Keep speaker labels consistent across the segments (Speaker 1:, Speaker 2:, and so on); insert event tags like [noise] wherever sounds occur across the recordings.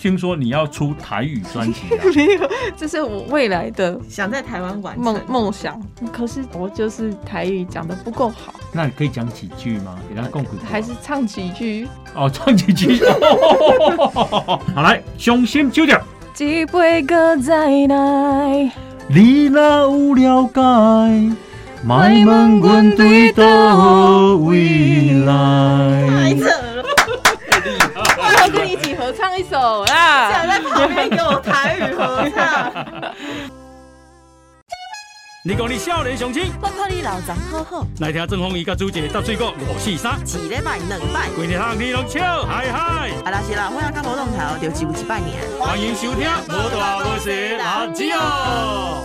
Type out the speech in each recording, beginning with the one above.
Speaker 1: 听说你要出台语专辑
Speaker 2: [laughs]
Speaker 1: 啊？
Speaker 2: 没有，这是我未来的
Speaker 3: 想在台湾玩
Speaker 2: 梦梦想。嗯可是我就是台语讲的不够好，
Speaker 1: 那你可以讲几句吗？给他共苦。
Speaker 2: 还是唱几句。
Speaker 1: 哦，唱几句。 [laughs] 好来，雄心九点。
Speaker 2: 一杯搁再来，
Speaker 1: 你若有了解，莫问阮对倒位
Speaker 3: 太
Speaker 1: 来。
Speaker 3: 扯了，
Speaker 2: 要跟你一起合唱一首啊啦。 [laughs]
Speaker 3: 想在旁边给我台语合唱。
Speaker 1: 你讲你少年雄心，
Speaker 4: 我看你老张好好，
Speaker 1: 来听郑鸿仪甲朱姐搭水果五四三，
Speaker 4: 一礼拜两摆，
Speaker 1: 规日通你拢笑嗨嗨。
Speaker 4: 啊，若是啦，我要甲无动头，就只有一摆尔。
Speaker 1: 欢迎收听《无大无小垃圾
Speaker 2: [laughs]
Speaker 1: 哦》。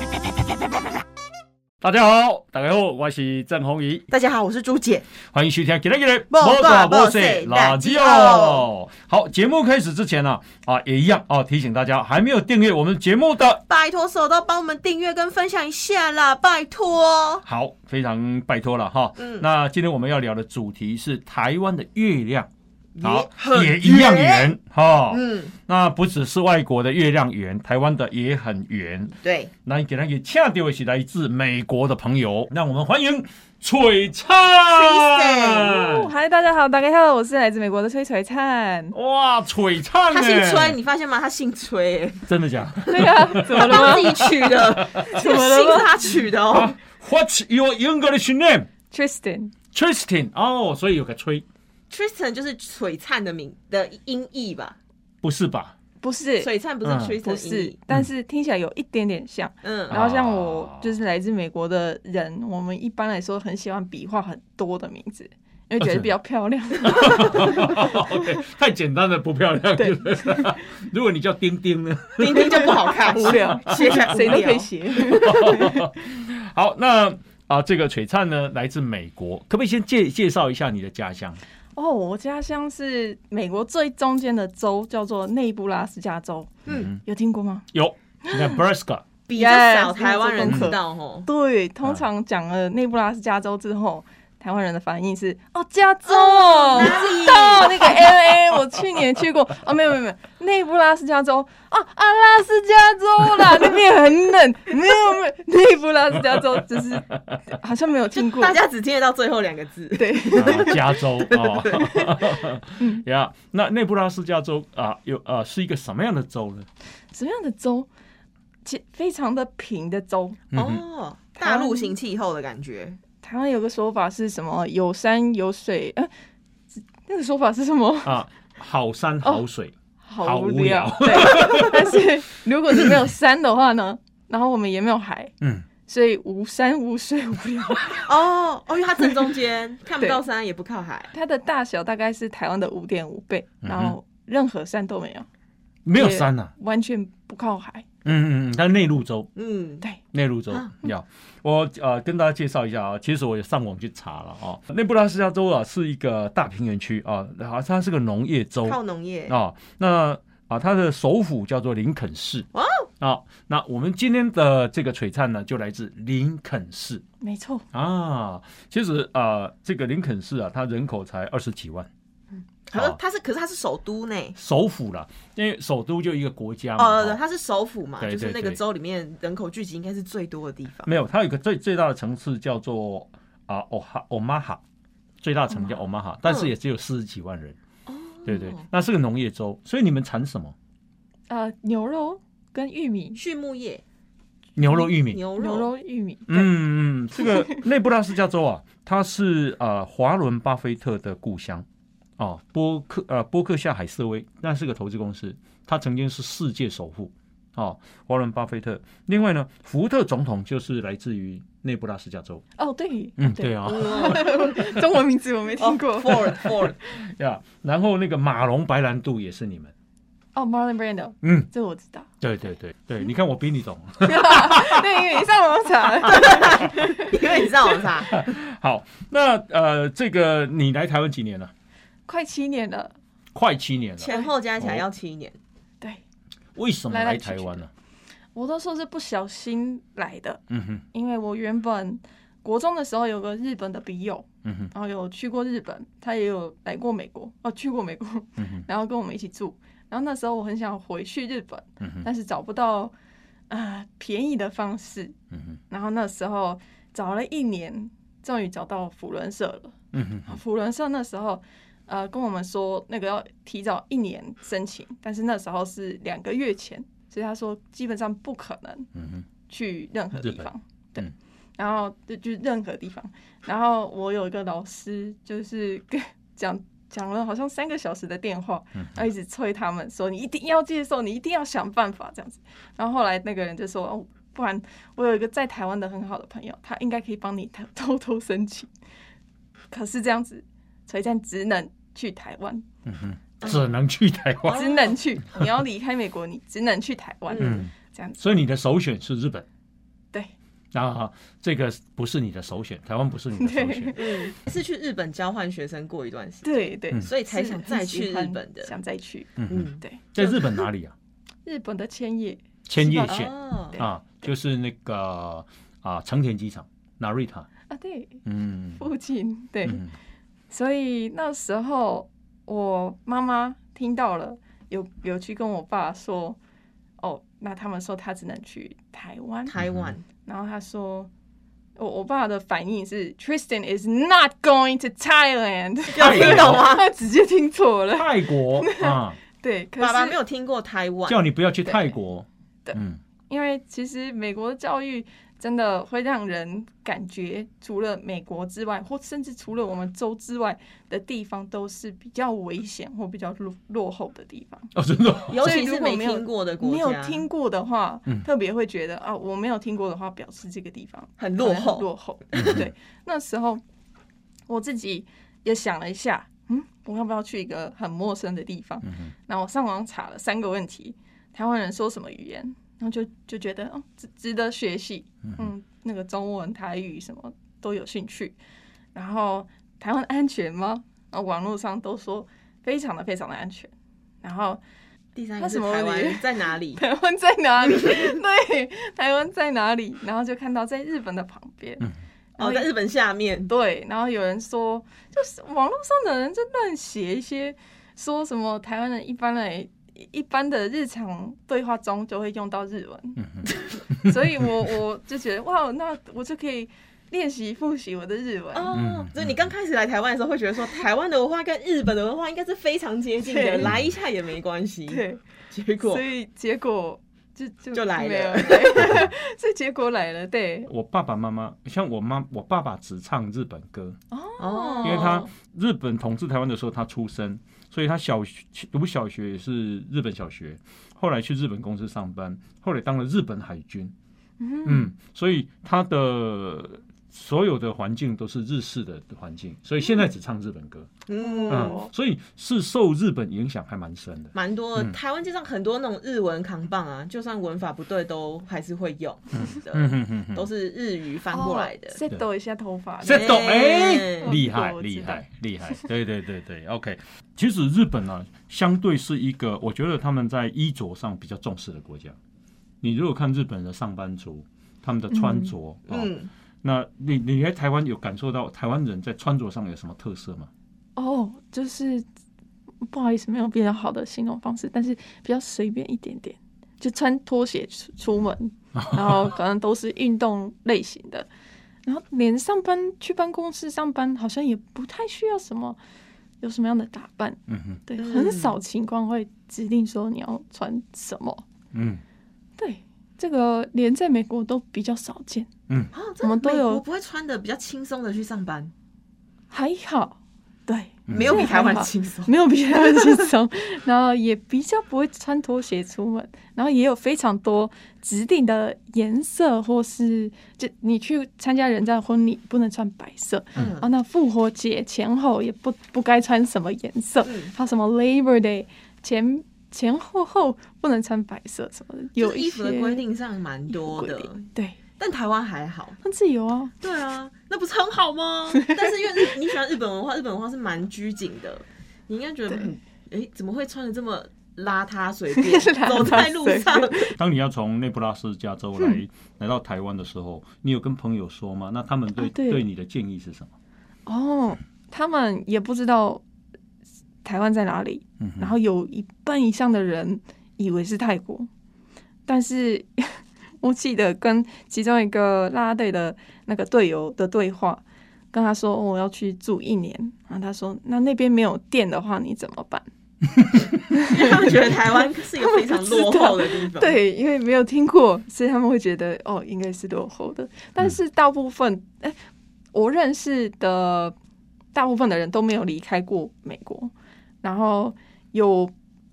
Speaker 1: 大家好，大家好，我是郑鸿仪，
Speaker 3: 大家好，我是朱姐。
Speaker 1: 欢迎收听《今天今天
Speaker 3: 无大无小
Speaker 1: 垃
Speaker 3: 垃
Speaker 1: 圾
Speaker 3: 圾
Speaker 1: 哦
Speaker 3: 哦》。
Speaker 1: 好，节目开始之前呢、啊，也一样啊，提醒大家还没有订阅我们节目的，
Speaker 3: 拜托手刀帮我们订阅跟分享一下啦，拜托。
Speaker 1: 好，非常拜托了哈。
Speaker 3: 嗯
Speaker 1: 那今天我们要聊的主题是台湾的月亮。好，
Speaker 3: 很
Speaker 1: 也一样圆哈、
Speaker 3: 嗯，
Speaker 1: 那不只是外国的月亮圆，台湾的也很圆。
Speaker 3: 对，
Speaker 1: 那给他给恰掉的是来自美国的朋友，让我们欢迎璀璨。
Speaker 3: Tristan
Speaker 2: 嗨，哦大家好，大家好，我是来自美国的崔璀璨。
Speaker 1: 哇，璀璨、欸！
Speaker 3: 他姓崔，，你发现吗？他姓崔、欸，
Speaker 1: 真的假
Speaker 2: 对啊，怎么了
Speaker 3: 他
Speaker 2: 吗
Speaker 3: 帮自己取
Speaker 2: [laughs]
Speaker 3: 的，这个
Speaker 2: 么了吗
Speaker 3: 姓是他取的哦。
Speaker 1: ？What's your English name?
Speaker 2: ？Tristan，
Speaker 1: Tristan。哦，所以有个崔，
Speaker 3: Tristan 就是璀璨的名的音译吧？
Speaker 1: 不是吧？
Speaker 2: 不是，
Speaker 3: 璀璨不是
Speaker 1: 嗯
Speaker 3: Tristan
Speaker 2: 不
Speaker 3: 的音
Speaker 2: 是
Speaker 3: 译，，
Speaker 2: 但是听起来有一点点像。
Speaker 3: 嗯
Speaker 2: 然后像我就是来自美国的人，我们一般来说很喜欢笔画很多的名字，因为觉得 [laughs] 比较漂亮。
Speaker 1: OK，太简单了，不漂亮。
Speaker 2: 对
Speaker 1: 就是了 [laughs] 如果你叫丁丁呢？
Speaker 3: [laughs] 丁丁就不好看，
Speaker 2: 无
Speaker 3: [laughs]
Speaker 2: 聊，
Speaker 3: 写起来啊
Speaker 2: [laughs]
Speaker 3: 无
Speaker 2: 谁都可以
Speaker 3: 聊。
Speaker 2: 写。
Speaker 1: 好，那啊，这个璀璨呢，来自美国，可不可以先介介绍一下你的家乡？
Speaker 2: 哦，我家乡是美国最中间的州，叫做内布拉斯加州，
Speaker 3: 嗯，
Speaker 2: 有听过吗？
Speaker 1: 有，你看 Nebraska，
Speaker 3: 比较少台湾人知道哦。
Speaker 2: 对，通常讲了内布拉斯加州之后。台湾人的反应是哦，加州，
Speaker 3: 哦
Speaker 2: 我知道那个 L A，我去年去过哦，没有没有没有，内布拉斯加州哦，阿拉斯加州啦，那边很冷，没有没有，内布拉斯加州就是好像没有听过，
Speaker 3: 大家只听得到最后两个字，
Speaker 2: 对，
Speaker 1: 啊加州啊， [laughs] 呀，那内布拉斯加州啊，有啊，是一个什么样的州呢？
Speaker 2: 什么样的州？其非常的平的州，
Speaker 1: 嗯哼
Speaker 3: 哦，大陆型气候的感觉，
Speaker 2: 台湾有个说法是什么？有山有水，呃，那个说法是什么？
Speaker 1: 啊，好山好水， [laughs] 好
Speaker 2: 好
Speaker 1: 无
Speaker 2: 无
Speaker 1: 聊
Speaker 2: 聊。对， [laughs] 但是如果你没有山的话呢，然后我们也没有海，
Speaker 1: 嗯，
Speaker 2: 所以无山无水无聊。 [laughs]
Speaker 3: 哦哦，因为它正中间，看不到山也不靠海，
Speaker 2: 它的大小大概是台湾的五点五倍，
Speaker 1: 嗯哼
Speaker 2: 然后任何山都没有，
Speaker 1: 没有山呐，
Speaker 2: 完全不靠海。
Speaker 1: 嗯嗯嗯，它内陆州，
Speaker 3: [laughs] 嗯，
Speaker 2: 对，
Speaker 1: 内陆州
Speaker 3: 啊
Speaker 1: 要我呃跟大家介绍一下啊，其实我也上网去查了啊，内布拉斯加州啊是一个大平原区啊，好，它是个农业州
Speaker 3: 靠农业，
Speaker 1: 啊，那。啊，它的首府叫做林肯市。
Speaker 3: 哇哦
Speaker 1: 啊，那我们今天的这个璀璨呢，就来自林肯市。
Speaker 2: 没错，
Speaker 1: 啊，其实啊、呃这个林肯市啊，它人口才二十几万，
Speaker 3: 可是
Speaker 1: 好
Speaker 3: 它是可是它是首都呢，
Speaker 1: 首府啦，因为首都就一个国家嘛。啊
Speaker 3: 哦，对
Speaker 1: 哈
Speaker 3: 它是首府嘛，
Speaker 1: 对
Speaker 3: 就是那个
Speaker 1: 对对
Speaker 3: 州里面人口聚集应该是最多的地方。
Speaker 1: 没有，它有一个最最大的城市叫做啊哦哈哦马哈，最大城叫哦马哈，但是也只有四十几万人。
Speaker 3: 哦
Speaker 1: 对对，那是个农业州，所以你们产什么？
Speaker 2: 呃，牛肉跟玉米，
Speaker 3: 畜牧业，
Speaker 1: 嗯牛肉、玉米。
Speaker 3: 牛
Speaker 2: 牛肉
Speaker 3: 肉，
Speaker 2: 玉米，对，
Speaker 1: 嗯嗯，这 [laughs] 个内布拉斯加州啊，它是呃华伦巴菲特的故乡哦，波克呃波克夏海瑟威，那是个投资公司，它曾经是世界首富哦，华伦巴菲特。另外呢，福特总统就是来自于内布拉斯加州。
Speaker 2: 哦，对，
Speaker 1: 嗯，对啊，
Speaker 3: 哦 [laughs]
Speaker 2: 中文名字我没听过。
Speaker 3: Ford Ford，
Speaker 1: 呀，啊然后那个马龙白兰度也是你们。
Speaker 2: 哦，Marlon Brando，
Speaker 1: 嗯，
Speaker 2: 这我知道。 [laughs]
Speaker 1: 对对对对，你看我比你懂。
Speaker 2: 对，因为你上网查了。
Speaker 3: [laughs] 因为你知道我们啥？
Speaker 1: [laughs] 好，那呃，这个你来台湾几年了？
Speaker 2: 快七年了，
Speaker 1: 快七年了。
Speaker 3: 前后加起来要七年，
Speaker 2: 对
Speaker 1: 为什么
Speaker 2: 来来
Speaker 1: 来
Speaker 2: 去去
Speaker 1: 台湾呢？
Speaker 2: 我都说是不小心来的，
Speaker 1: 嗯哼，
Speaker 2: 因为我原本国中的时候有个日本的笔友，
Speaker 1: 嗯哼，
Speaker 2: 然后有去过日本，他也有来过美国，哦，去过美国，
Speaker 1: 嗯哼
Speaker 2: 然后跟我们一起住。然后那时候我很想回去日本，
Speaker 1: 嗯哼，
Speaker 2: 但是找不到啊、呃便宜的方式。
Speaker 1: 嗯哼，
Speaker 2: 然后那时候找了一年，终于找到辅仁社了。
Speaker 1: 嗯哼，
Speaker 2: 辅仁社那时候，呃，跟我们说那个要提早一年申请，但是那时候是两个月前，所以他说基本上不可能
Speaker 1: 嗯哼，
Speaker 2: 去任何地方。对，
Speaker 1: 嗯
Speaker 2: 然后就就任何地方。然后我有一个老师，就是跟讲讲了好像三个小时的电话，
Speaker 1: 嗯
Speaker 2: 然后一直催他们说你一定要接受，你一定要想办法这样子。然后后来那个人就说，哦，不然我有一个在台湾的很好的朋友，他应该可以帮你偷偷偷申请。可是这样子，崔战只能去台湾，
Speaker 1: 嗯哼，只能去台湾。
Speaker 2: 只能去，你要离开美国，你只能去台湾，
Speaker 5: 嗯
Speaker 1: 嗯，
Speaker 2: 这样子。
Speaker 1: 所以你的首选是日本。
Speaker 2: 对，
Speaker 1: 啊，这个不是你的首选，台湾不是你的首选。
Speaker 3: 嗯，是去日本交换学生过一段时间，
Speaker 2: 对对，
Speaker 1: 嗯
Speaker 3: 所以才想再去
Speaker 2: 是很
Speaker 3: 日
Speaker 2: 喜欢
Speaker 3: 本的。
Speaker 2: 想再去
Speaker 1: 嗯哼，
Speaker 3: 嗯，
Speaker 2: 对
Speaker 1: 在日本哪里啊？
Speaker 2: 日本的千叶，
Speaker 1: 千叶
Speaker 2: 对
Speaker 1: 县
Speaker 3: 哦，
Speaker 1: 啊，就是那个啊成田机场 Narita。
Speaker 2: 啊，对，
Speaker 1: 嗯
Speaker 2: 附近对，
Speaker 1: 嗯
Speaker 2: 所以那时候我妈妈听到了，有有去跟我爸说，哦，那他们说他只能去台湾，
Speaker 3: 台湾
Speaker 2: 然后他说，我我爸的反应是 Tristan is not going to Thailand，
Speaker 3: 有听懂吗？
Speaker 2: 他直接听错了，
Speaker 1: 泰国啊，
Speaker 2: 对，可是
Speaker 3: 爸爸没有听过台湾，
Speaker 1: 叫你不要去泰国。
Speaker 2: 对
Speaker 1: 嗯
Speaker 2: 因为其实美国的教育真的会让人感觉，除了美国之外，或甚至除了我们州之外的地方，都是比较危险或比较落落后的地方。
Speaker 1: 哦，真的哦，
Speaker 3: 尤其
Speaker 2: 所以
Speaker 3: 是
Speaker 2: 如果没有
Speaker 3: 听过的国家，
Speaker 2: 没有听过的话，
Speaker 1: 嗯
Speaker 2: 特别会觉得啊，我没有听过的话，表示这个地方
Speaker 3: 很落
Speaker 2: 可能很
Speaker 3: 后，
Speaker 2: 落后。对，那时候我自己也想了一下，嗯，我要不要去一个很陌生的地方？
Speaker 1: 嗯
Speaker 2: 然后我上网查了三个问题：台湾人说什么语言？然后就就觉得哦，值值得学习。嗯，那个中文、台语什么都有兴趣。然后台湾安全吗？然后网络上都说非常的非常的安全。然后
Speaker 3: 第三
Speaker 2: 他
Speaker 3: 个
Speaker 2: 什
Speaker 3: 是
Speaker 2: 么
Speaker 3: 台
Speaker 2: 问
Speaker 3: 湾
Speaker 2: 题
Speaker 3: 在哪
Speaker 2: [laughs]
Speaker 3: 里？
Speaker 2: 台湾在哪里？对，台湾在哪里？然后就看到在日本的旁边。
Speaker 1: 嗯
Speaker 3: 哦，在日本下面。
Speaker 2: 对，然后有人说，就是网络上的人就乱写一些，说什么台湾人一般人一般的日常对话中就会用到日文，
Speaker 1: 嗯哼
Speaker 2: 所以我我就觉得哇，那我就可以练习复习我的日文。
Speaker 3: 哦
Speaker 1: 嗯，
Speaker 3: 所以你刚开始来台湾的时候，会觉得说台湾的文化跟日本的文化应该是非常接近的，
Speaker 2: 对
Speaker 3: 来一下也没关系。，
Speaker 2: 对，
Speaker 3: 结果
Speaker 2: 所以结果就就
Speaker 3: 就来了
Speaker 2: 没有，对 [laughs] 所以结果来了，对，
Speaker 1: [laughs] 我爸爸妈妈像我妈，我爸爸只唱日本歌，
Speaker 3: 哦
Speaker 1: 因为他日本统治台湾的时候，他出生，所以他小学读小学也是日本小学，后来去日本公司上班，后来当了日本海军，
Speaker 2: 嗯，
Speaker 1: 嗯，所以他的所有的环境都是日式的环境，所以现在只唱日本歌，
Speaker 3: 嗯，
Speaker 1: 嗯，所以是受日本影响还蛮深的，
Speaker 3: 蛮多
Speaker 1: 嗯
Speaker 3: 台湾街上很多那种日文扛棒啊，就算文法不对，都还是会用
Speaker 1: 嗯
Speaker 3: 的，
Speaker 1: 哼哼哼，
Speaker 3: 都是日语翻过来的
Speaker 2: 哦。，settle 一下头发，
Speaker 1: 这懂哎，
Speaker 3: 嗯
Speaker 1: 厉害
Speaker 2: 我
Speaker 1: 厉
Speaker 2: 知道
Speaker 1: 害厉害，对对对对，OK。其实日本呢、相对是一个我觉得他们在衣着上比较重视的国家。你如果看日本的上班族，他们的穿着啊、哦
Speaker 3: 嗯，
Speaker 1: 那你你来台湾有感受到台湾人在穿着上有什么特色吗？
Speaker 2: 哦，就是不好意思，没有比较好的形容方式，但是比较随便一点点，就穿拖鞋出出门，然后可能都是运动类型的，然后连上班去办公室上班好像也不太需要什么有什么样的打扮，
Speaker 1: 嗯哼，
Speaker 2: 对，
Speaker 3: 嗯
Speaker 2: 很少情况会指定说你要穿什么，
Speaker 1: 嗯
Speaker 2: 对，这个连在美国都比较少见，
Speaker 1: 嗯，
Speaker 3: 哦，
Speaker 2: 我们都有
Speaker 3: 我不会穿的比较轻松的去上班，
Speaker 2: 还好，对。
Speaker 1: 嗯
Speaker 3: 没有比台湾
Speaker 2: 还好
Speaker 3: 轻松。
Speaker 2: [laughs] 没有比他们轻松，然后也比较不会穿拖鞋出门，然后也有非常多指定的颜色，或是就你去参加人家的婚礼不能穿白色，
Speaker 3: 嗯
Speaker 2: 哦，那复活节前后也不不该穿什么颜色，
Speaker 3: 嗯，
Speaker 2: 还有什么 Labor Day 前前后后不能穿白色什么的，有
Speaker 3: 就是
Speaker 2: 一
Speaker 3: 衣服
Speaker 2: 些
Speaker 3: 的规定上蛮多
Speaker 2: 规
Speaker 3: 的，
Speaker 2: 定，对，
Speaker 3: 但台湾还好。
Speaker 2: 很自由啊，
Speaker 3: 对啊，那不是很
Speaker 2: [laughs]
Speaker 3: 好吗？但是因为日你喜欢日本文化，日本文化是蛮拘谨的，你应该觉得
Speaker 2: 对
Speaker 3: 很，哎、怎么会穿的这么邋遢随
Speaker 2: [laughs]
Speaker 3: 便，走在路上？
Speaker 1: [laughs] 当你要从内布拉斯加州来、
Speaker 2: 嗯
Speaker 1: 来到台湾的时候，你有跟朋友说吗？那他们对、
Speaker 2: 啊对
Speaker 1: 对你的建议是什么？
Speaker 2: 哦，他们也不知道台湾在哪里，
Speaker 1: 嗯哼
Speaker 2: 然后有一半以上的人以为是泰国，但是 [laughs] 我记得跟其中一个啦啦队的那个队友的对话，跟他说、哦我要去住一年，然后他说那那边没有电的话你怎么办？
Speaker 3: 因为他们觉得台湾是一个非常落后的地
Speaker 2: [laughs]
Speaker 3: 方。，
Speaker 2: 对，因为没有听过，所以他们会觉得哦，应该是落后的。但是大部分，哎、我认识的大部分的人都没有离开过美国，然后有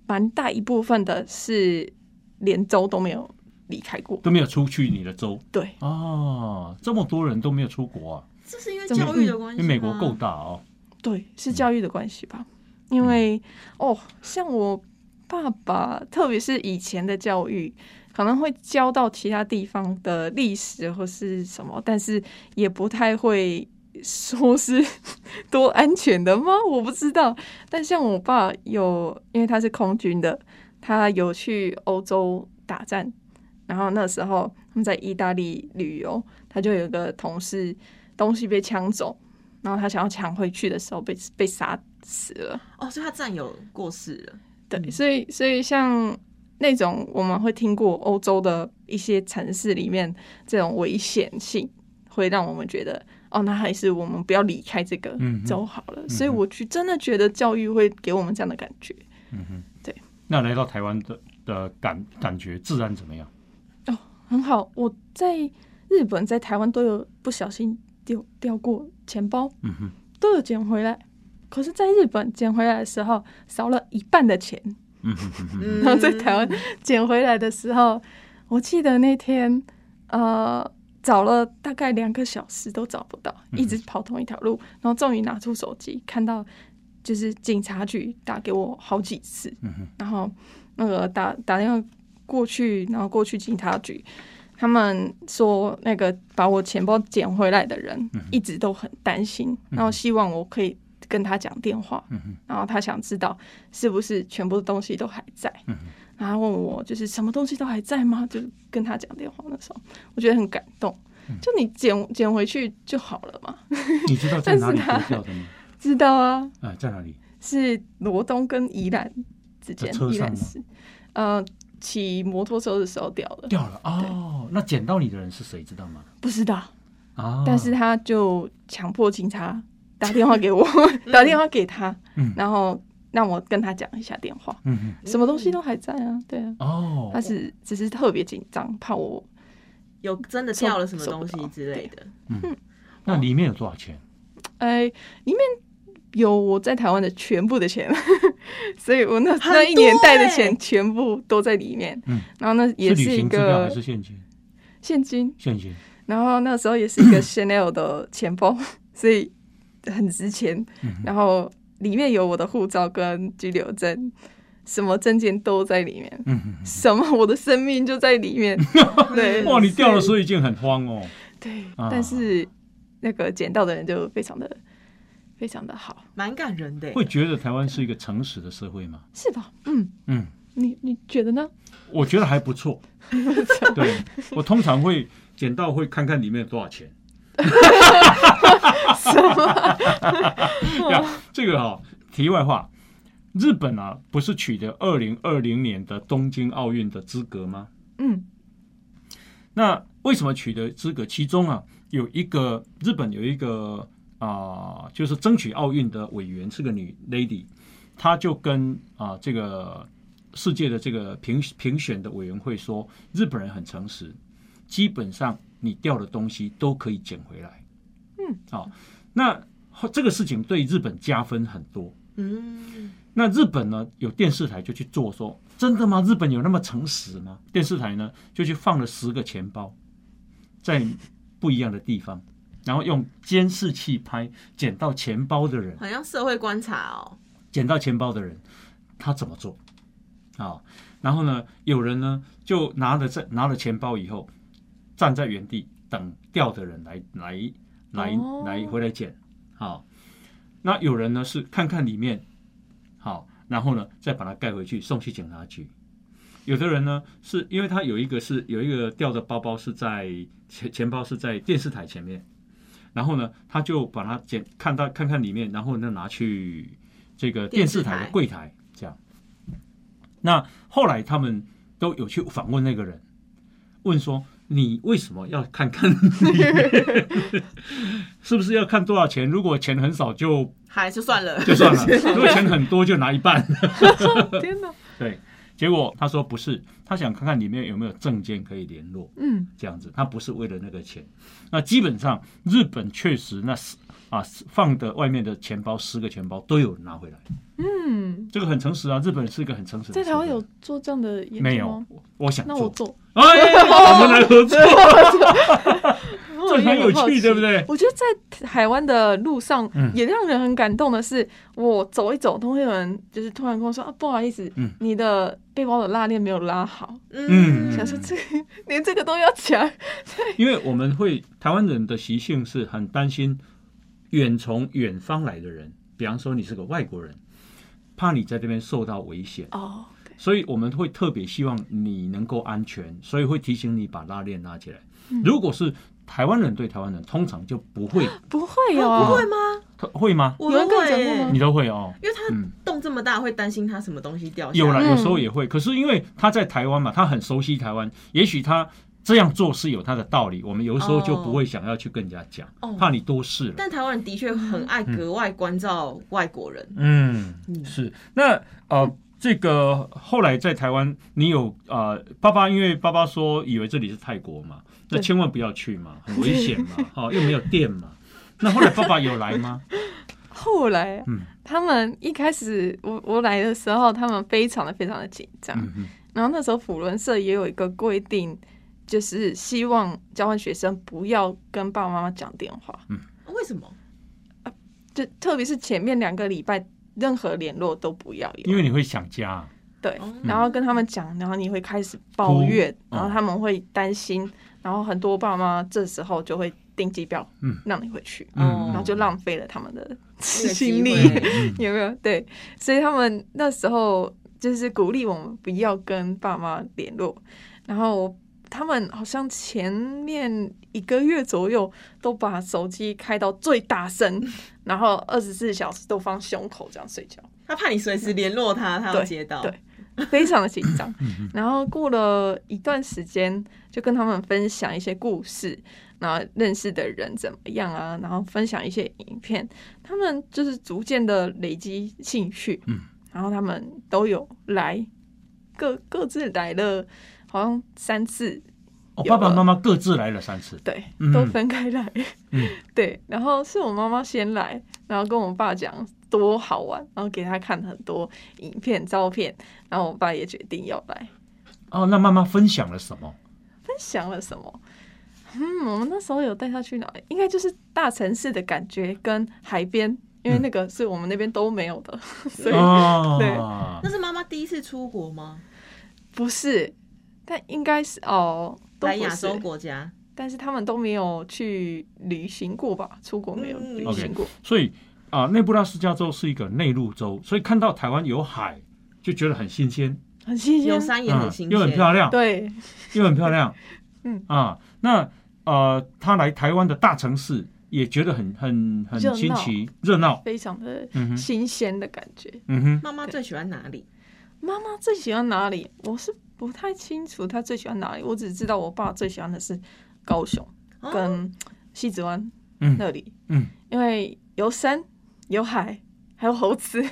Speaker 2: 蛮大一部分的是连州都没有离开过。
Speaker 1: 都没有出去你的州
Speaker 2: 对，
Speaker 1: 哦，这么多人都没有出国啊，
Speaker 3: 这是因为教育的关
Speaker 1: 因为
Speaker 2: 啊
Speaker 3: 系吗。
Speaker 1: 美国够大哦。
Speaker 2: 对，是教育的关系吧？因为哦，像我爸爸，特别是以前的教育，可能会教到其他地方的历史或是什么，但是也不太会说是多安全的吗？ [laughs] 我不知道。但像我爸有，因为他是空军的，他有去欧洲打战，然后那时候他们在意大利旅游，他就有个同事东西被抢走，然后他想要抢回去的时候被被杀死了。
Speaker 3: 哦，所以他战友过世了。
Speaker 1: 嗯
Speaker 2: 对，所以所以像那种我们会听过欧洲的一些城市里面这种危险性，会让我们觉得哦，那还是我们不要离开这个
Speaker 1: 嗯哼
Speaker 2: 州好了。所以我去真的觉得教育会给我们这样的感觉。
Speaker 1: 嗯那来到台湾的的感感觉自然怎么样？
Speaker 2: 很好，我在日本、在台湾都有不小心丢掉过钱包，
Speaker 1: 嗯哼，
Speaker 2: 都有捡回来。可是，在日本捡回来的时候，少了一半的钱。
Speaker 1: 嗯哼哼哼，
Speaker 3: 嗯
Speaker 2: 然后在台湾捡回来的时候，我记得那天呃找了大概两个小时都找不到，一直跑同一条路，然后终于拿出手机看到就是警察局打给我好几次，
Speaker 1: 嗯哼
Speaker 2: 然后那个打打电话过去，然后过去警察局。他们说，那个把我钱包捡回来的人一直都很担心，然后希望我可以跟他讲电话，
Speaker 1: 嗯哼，
Speaker 2: 然后他想知道是不是全部东西都还在，
Speaker 1: 嗯
Speaker 2: 然后问我就是什么东西都还在吗？就是跟他讲电话那时候，我觉得很感动。
Speaker 1: 嗯
Speaker 2: 就你捡捡回去就好了嘛，
Speaker 1: 你知道在哪里丢掉的 [laughs] 吗？
Speaker 2: 知道啊？
Speaker 1: 啊，在哪里？
Speaker 2: 是罗东跟宜兰之间
Speaker 1: 在车，
Speaker 2: 宜
Speaker 1: 上
Speaker 2: 兰
Speaker 1: 吗
Speaker 2: 市，呃，骑摩托车的时候掉的，
Speaker 1: 掉了哦。那捡到你的人是谁？知道吗？
Speaker 2: 不知道。
Speaker 1: 啊，
Speaker 2: 但是他就强迫警察打电话
Speaker 1: [laughs]
Speaker 2: 给我， [laughs] 打电话给他，
Speaker 1: 嗯
Speaker 2: 然后让我跟他讲一下电话，
Speaker 1: 嗯哼，
Speaker 2: 什么东西都还在啊，对啊。
Speaker 1: 哦，
Speaker 2: 他是只是特别紧张，怕我
Speaker 3: 有真的掉了什么东西之类的。
Speaker 1: 嗯
Speaker 2: 嗯
Speaker 1: 那里面有多少钱？
Speaker 2: 哎、里面有我在台湾的全部的钱， [laughs] 所以我那那一年带的钱全部都在里面。
Speaker 1: 欸嗯
Speaker 2: 然后那也
Speaker 1: 旅
Speaker 2: 一
Speaker 1: 行支票还
Speaker 2: 个
Speaker 1: 是现金？
Speaker 2: 现金，
Speaker 1: 现金。
Speaker 2: 然后那时候也
Speaker 1: [clears throat]
Speaker 2: 是一个 Chanel 的钱包， [laughs] 所以很值钱。
Speaker 1: 嗯
Speaker 2: 然后里面有我的护照跟居留证，什么证件都在里面，
Speaker 1: 嗯哼
Speaker 2: 什么我的生命就在
Speaker 1: [laughs]
Speaker 2: 里面。对，
Speaker 1: 哼，哇，你掉了
Speaker 2: 所以
Speaker 1: 所以已经很慌哦。
Speaker 2: 对，
Speaker 1: 啊
Speaker 2: 但是那个捡到的人就非常的非常的好，
Speaker 3: 蛮感人的耶，欸
Speaker 1: 会觉得台湾是一个诚实的社会吗？
Speaker 2: 是吧？嗯，
Speaker 1: 嗯，
Speaker 2: 你你觉得呢？ [laughs]
Speaker 1: 我觉得还不错。 [laughs] 对，我通常会捡到会看看里面有多少钱。 [laughs] 呀这个哈、题外话，日本啊，不是取得二零二零年的东京奥运的资格吗？ [laughs]
Speaker 2: 嗯
Speaker 1: 那为什么取得资格？其中啊，有一个日本有一个啊、就是争取奥运的委员是个女 lady，她就跟啊、这个世界的这个评评选的委员会说，日本人很诚实，基本上你掉的东西都可以捡回来。
Speaker 2: 嗯，
Speaker 1: 好、那后这个事情对日本加分很多。
Speaker 3: 嗯，
Speaker 1: 那日本呢，有电视台就去做说，真的吗？日本有那么诚实吗？电视台呢就去放了十个钱包，在不一样的地方，然后用监视器拍捡到钱包的人，
Speaker 3: 好像社会观察哦，
Speaker 1: 捡到钱包的人他怎么做啊、然后呢，有人呢就拿了这拿了钱包以后，站在原地等掉的人来来来
Speaker 2: 哦
Speaker 1: 来回来捡。好、那有人呢是看看里面，好、然后呢再把它盖回去送去警察局。有的人呢，是因为他有一个是有一个掉的包包是在钱钱包是在电视台前面，然后呢，他就把它捡看到看看里面，然后呢拿去这个电
Speaker 3: 电
Speaker 1: 视
Speaker 3: 视
Speaker 1: 台的
Speaker 3: 台
Speaker 1: 柜台这样。那后来他们都有去访问那个人，问说你为什么要看看里面 [laughs] 是不是要看多少钱？如果钱很少就
Speaker 3: 还就算了，
Speaker 1: 就算了，如果钱很多就拿一半。
Speaker 2: 天哪，
Speaker 1: 对，结果他说不是，他想看看里面有没有证件可以联络。
Speaker 2: 嗯，
Speaker 1: 这样子，他不是为了那个钱。那基本上日本确实那十啊放的外面的钱包十个钱包都有拿回来，
Speaker 2: 嗯，
Speaker 1: 这个很诚实啊，日本是一个很诚实的
Speaker 2: 在
Speaker 1: 社会。
Speaker 2: 台湾有做这样的研
Speaker 1: 没
Speaker 2: 究
Speaker 1: 有
Speaker 2: 吗？？
Speaker 1: 我我想
Speaker 2: 那我
Speaker 1: 做，
Speaker 2: 做，
Speaker 1: 哎，我们来
Speaker 2: [laughs]
Speaker 1: 合作，
Speaker 2: 这
Speaker 1: [laughs] 这很有趣，对不？对？
Speaker 2: 我觉得在台湾的路上
Speaker 1: 嗯
Speaker 2: 也让人很感动的是，我走一走，都会有人就是突然跟我说啊，不好意思，
Speaker 1: 嗯
Speaker 2: 你的背包的拉链没有拉好，
Speaker 1: 嗯
Speaker 2: 想说这个 [laughs] 连这个都要抢，
Speaker 1: 因为我们会台湾人的习性是很担心远从远方来的人，比方说你是个外国人，怕你在这边受到危险。
Speaker 2: 哦，对
Speaker 1: 所以我们会特别希望你能够安全，所以会提醒你把拉链拉起来
Speaker 2: 嗯。
Speaker 1: 如果是台湾人对台湾人，通常就不会，
Speaker 2: 不会哦，
Speaker 3: 不会吗？
Speaker 1: 他 [laughs] 会吗？
Speaker 3: 我
Speaker 2: 有人
Speaker 3: 都
Speaker 2: 跟你
Speaker 3: 会
Speaker 2: 讲过
Speaker 3: 耶
Speaker 2: 吗
Speaker 1: 你都会哦。
Speaker 3: 因为他
Speaker 1: 嗯
Speaker 3: 动这么大，会担心他什么东西掉下
Speaker 1: 有
Speaker 3: 来。
Speaker 1: 啦，
Speaker 2: 嗯
Speaker 1: 有时候也会。可是因为他在台湾嘛，他很熟悉台湾，也许他这样做是有他的道理。我们有时候就不会想要去跟人家讲
Speaker 3: 哦，
Speaker 1: 怕你多事了。
Speaker 3: 但台湾人的确很爱格外关照外国人，
Speaker 1: 嗯，
Speaker 3: 嗯
Speaker 1: 是那呃，这个后来在台湾，你有呃，爸爸因为爸爸说以为这里是泰国嘛，那
Speaker 2: 对
Speaker 1: 千万不要去嘛，很危险
Speaker 3: [laughs]
Speaker 1: 嘛，哦，又没有电嘛。那后来爸爸有来吗？
Speaker 2: 后来，
Speaker 1: 嗯
Speaker 2: 他们一开始我我来的时候，他们非常的非常的紧张。
Speaker 1: 嗯哼
Speaker 2: 然后那时候普伦社也有一个规定，就是希望交换学生不要跟爸爸妈妈讲电话，
Speaker 3: 哦为什么？
Speaker 2: 就特别是前面两个礼拜，任何联络都不要有。
Speaker 1: 因为你会想家，
Speaker 2: 对
Speaker 3: 哦，
Speaker 2: 然后跟他们讲，嗯然后你会开始抱怨，嗯
Speaker 1: 哭
Speaker 2: 然后他们会担心，然后很多爸妈这时候就会订机票，
Speaker 1: 嗯
Speaker 2: 让你回去，
Speaker 3: 哦
Speaker 2: 然后就浪费了他们 [laughs] 的
Speaker 3: 那个机
Speaker 2: 心
Speaker 3: 会
Speaker 2: 力。
Speaker 1: 嗯
Speaker 2: [laughs] 有没有？对，所以他们那时候就是鼓励我们不要跟爸妈联络，然后他们好像前面一个月左右都把手机开到最大声，然后二十四小时都放胸口这样睡觉，
Speaker 3: 他怕你随时联络他，他要
Speaker 2: 对
Speaker 3: 接到。
Speaker 2: 对非常的紧张。
Speaker 1: 嗯
Speaker 2: 然后过了一段时间，就跟他们分享一些故事，然后认识的人怎么样啊，然后分享一些影片，他们就是逐渐的累积兴趣，
Speaker 1: 嗯，
Speaker 2: 然后他们都有来，各各自来了，好像三次，
Speaker 1: 哦，
Speaker 2: 有
Speaker 1: 爸爸妈妈各自来了三次，
Speaker 2: 对
Speaker 1: 嗯，
Speaker 2: 都分开来，
Speaker 1: 嗯
Speaker 2: [laughs] 对，然后是我妈妈先来，然后跟我爸讲多好玩，然后给他看很多影片、照片，然后我爸也决定要来。
Speaker 1: 哦，那妈妈分享了什么？
Speaker 2: 想了什么？嗯，我们那时候有带他去哪里？应该就是大城市的感觉跟海边，因为那个是我们那边都没有的， [laughs] 所
Speaker 1: 嗯
Speaker 2: 以
Speaker 1: 哦，
Speaker 3: 那是妈妈第一次出国吗？
Speaker 2: 不是，但应该是哦，都
Speaker 3: 来
Speaker 2: 不
Speaker 3: 亚洲
Speaker 2: 是，
Speaker 3: 国家，
Speaker 2: 但是他们都没有去旅行过吧？出国没有
Speaker 3: 嗯
Speaker 2: 旅行过，
Speaker 1: 所以啊，内布拉斯加州是一个内陆州，所以看到台湾有海就觉得很新鲜，啊
Speaker 2: 很新鲜
Speaker 3: 有，山也
Speaker 2: 嗯
Speaker 3: 很新
Speaker 1: 又很
Speaker 3: 鲜，
Speaker 1: 漂亮，
Speaker 2: 对，，
Speaker 1: 又很漂亮
Speaker 2: [laughs] 嗯
Speaker 1: 啊，那呃，他来台湾的大城市也觉得很很很
Speaker 2: 热闹
Speaker 1: 新奇热闹，
Speaker 2: 非常的
Speaker 1: 嗯哼，
Speaker 2: 新鲜的感觉。
Speaker 1: 嗯哼，
Speaker 3: 妈妈最喜欢哪里？
Speaker 2: 妈妈最喜欢哪里？我是不太清楚她最喜欢哪里，我只知道我爸最喜欢的是高雄。
Speaker 3: 哦
Speaker 2: 跟西子湾
Speaker 1: 嗯
Speaker 2: 那里，
Speaker 1: 嗯，
Speaker 2: 因为有山有海，还有猴子，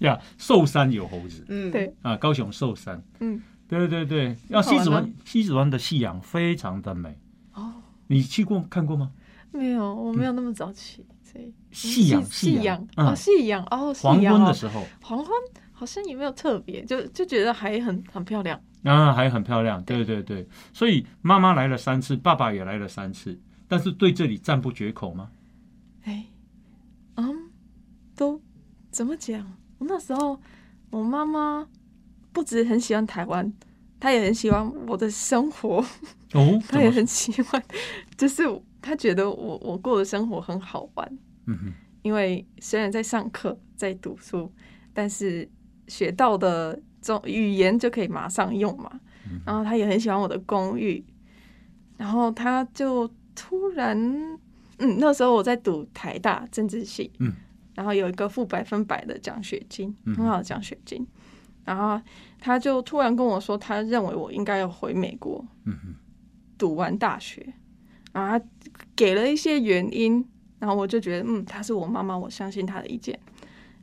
Speaker 1: 呀，寿山有猴子
Speaker 3: 嗯，
Speaker 2: 对
Speaker 1: 啊，高雄寿山，
Speaker 2: 嗯，
Speaker 1: 对对对，要
Speaker 2: 好玩啊
Speaker 1: 西子
Speaker 2: 吗
Speaker 1: 湾西子湾的夕阳非常的美，
Speaker 2: 哦，
Speaker 1: 你去过看过吗？
Speaker 2: 没有，我没有那么早起，所以
Speaker 1: 夕阳
Speaker 2: 夕阳哦，
Speaker 1: 嗯，
Speaker 2: 夕阳哦，夕
Speaker 1: 黄
Speaker 2: 阳
Speaker 1: 昏
Speaker 2: 哦
Speaker 1: 的，时候，
Speaker 2: 黄昏好像也没有特别，就就觉得还很很漂亮，
Speaker 1: 啊，还很漂亮，对对对，所以妈妈来了三次，爸爸也来了三次，但是对这里赞不绝口吗？
Speaker 2: 哎，嗯，都怎么讲？我那时候我妈妈不止很喜欢台湾，她也很喜欢我的生活。
Speaker 1: 哦，
Speaker 2: 他
Speaker 1: 怎
Speaker 2: 也
Speaker 1: 么说？
Speaker 2: 很喜欢， [laughs] 就是他觉得我我过的生活很好玩，
Speaker 1: 嗯哼，
Speaker 2: 因为虽然在上课在读书，但是学到的这种语言就可以马上用嘛。然后他也很喜欢我的公寓，然后他就突然，嗯，那时候我在读台大政治系，
Speaker 1: 嗯，
Speaker 2: 然后有一个付百分百的奖学金，
Speaker 1: 嗯
Speaker 2: 很好的奖学金。然后他就突然跟我说，他认为我应该要回美国
Speaker 1: 嗯哼，
Speaker 2: 读完大学，然后他给了一些原因，然后我就觉得，嗯，她是我妈妈，我相信她的意见。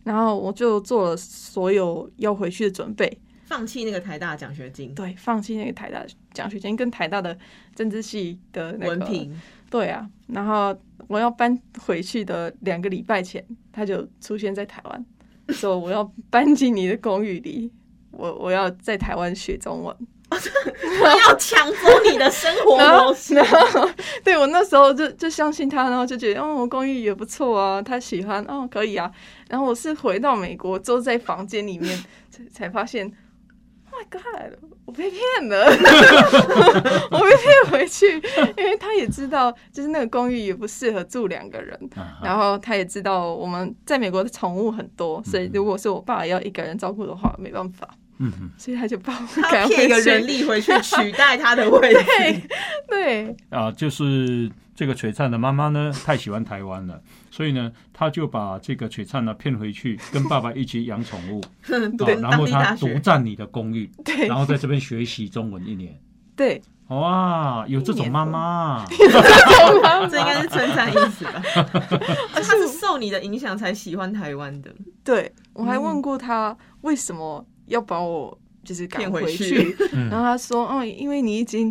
Speaker 2: 然后我就做了所有要回去的准备，
Speaker 3: 放弃那个台大奖学金、
Speaker 2: 对，放弃那个台大奖学金跟台大的政治系的那个
Speaker 3: 文，凭， [laughs]
Speaker 2: 对啊。然后我要搬回去的两个礼拜前，他就出现在台湾，说我要搬进你的公寓里，我我要在台湾学中文。
Speaker 3: 要抢走你的生
Speaker 2: [laughs]
Speaker 3: 活
Speaker 2: 然后
Speaker 3: 模式。
Speaker 2: 然后对我那时候就就相信他，然后就觉得，哦，我公寓也不错啊，他喜欢，哦，可以啊。然后我是回到美国，坐在房间里面才才发现，Oh my God，我被骗了， [laughs] 我被骗回去，因为他也知道，就是那个公寓也不适合住两个人，
Speaker 1: 啊哈
Speaker 2: 然后他也知道我们在美国的宠物很
Speaker 3: 嗯
Speaker 2: 多，所以如果是我爸要一个人照顾的话，没办法，
Speaker 1: 嗯哼，
Speaker 2: 所以他就把我
Speaker 3: 他
Speaker 2: 赶
Speaker 3: 要
Speaker 2: 回
Speaker 3: 骗一个
Speaker 2: 去
Speaker 3: 人。力回去取代他的位置，
Speaker 2: [laughs] 对，
Speaker 1: 啊，就是这个璀璨的妈妈呢，太喜欢台湾了，所以呢，她就把这个璀璨呢骗回去，跟爸爸一起养宠物，啊
Speaker 3: [laughs] 对，
Speaker 1: 然
Speaker 3: 当
Speaker 1: 后
Speaker 3: 地
Speaker 1: 她
Speaker 3: 大
Speaker 1: 独
Speaker 3: 学。
Speaker 1: 占你的公寓，
Speaker 2: 对
Speaker 1: 然后在这边学习中文一年。
Speaker 2: 对，
Speaker 1: 哇，有这种妈妈，
Speaker 3: 这应该是称赞意思吧？
Speaker 2: [laughs]
Speaker 3: 他是受你的影响才喜欢台湾的，
Speaker 2: 对，我还
Speaker 3: 嗯
Speaker 2: 问过他为什么要把我就是赶
Speaker 3: 骗
Speaker 2: 回
Speaker 3: 回
Speaker 2: 去
Speaker 3: 去，
Speaker 1: 嗯
Speaker 2: [laughs] 然后他
Speaker 3: [laughs]
Speaker 2: 说，哦，因为你已经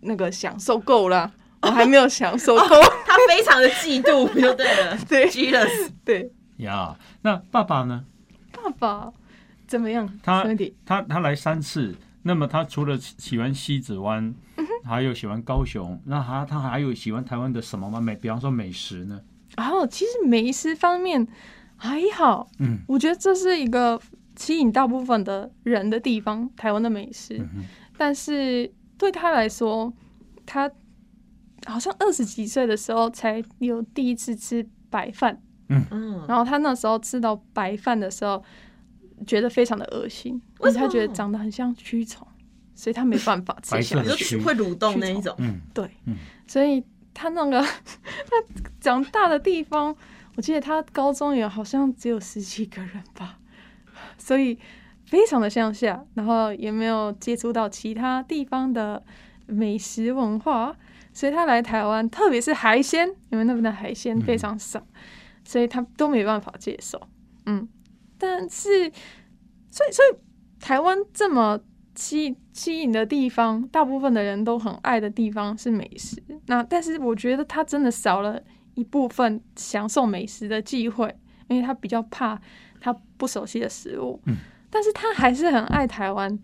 Speaker 2: 那个享受够了，我还没有享受够，
Speaker 3: 他非常的
Speaker 2: [laughs]
Speaker 3: 嫉妒，就对了。
Speaker 2: 对
Speaker 3: jealous，
Speaker 2: [laughs] 对，
Speaker 1: 呀那爸爸呢？
Speaker 2: 爸爸怎么样？
Speaker 1: 他
Speaker 2: 兄弟，
Speaker 1: 他他来三次，那么他除了喜欢西子湾，
Speaker 3: 嗯
Speaker 1: 还有喜欢高雄，那还他还有喜欢台湾的什么吗？美，比方说美食呢？
Speaker 2: 然后其实美食方面还好，
Speaker 1: 嗯
Speaker 2: 我觉得这是一个吸引大部分的人的地方，台湾的美食，
Speaker 1: 嗯哼
Speaker 2: 但是对他来说，他好像二十几岁的时候才有第一次吃白饭。
Speaker 3: 嗯，
Speaker 2: 然后他那时候吃到白饭的时候，觉得非常的恶心，
Speaker 3: 为什么
Speaker 2: 因他觉得长得很像蛆虫，所以他没办法吃
Speaker 1: 白色
Speaker 2: 下
Speaker 1: 的
Speaker 3: 你
Speaker 2: 去。
Speaker 3: 就会蠕动那一种，
Speaker 1: 嗯
Speaker 2: 对，
Speaker 1: 嗯
Speaker 2: 所以他那个 [laughs] 他长大的地方，我记得他高中也好像只有十几个人吧，所以非常的乡下，然后也没有接触到其他地方的美食文化，所以他来台湾，特别是海鲜，因为那边的海鲜非常少，所以他都没办法接受。嗯，但是，所以所以台湾这么吸吸引的地方，大部分的人都很爱的地方是美食。那但是我觉得他真的少了一部分享受美食的机会，因为他比较怕他不熟悉的食物。
Speaker 1: 嗯，
Speaker 2: 但是他还是很爱台湾，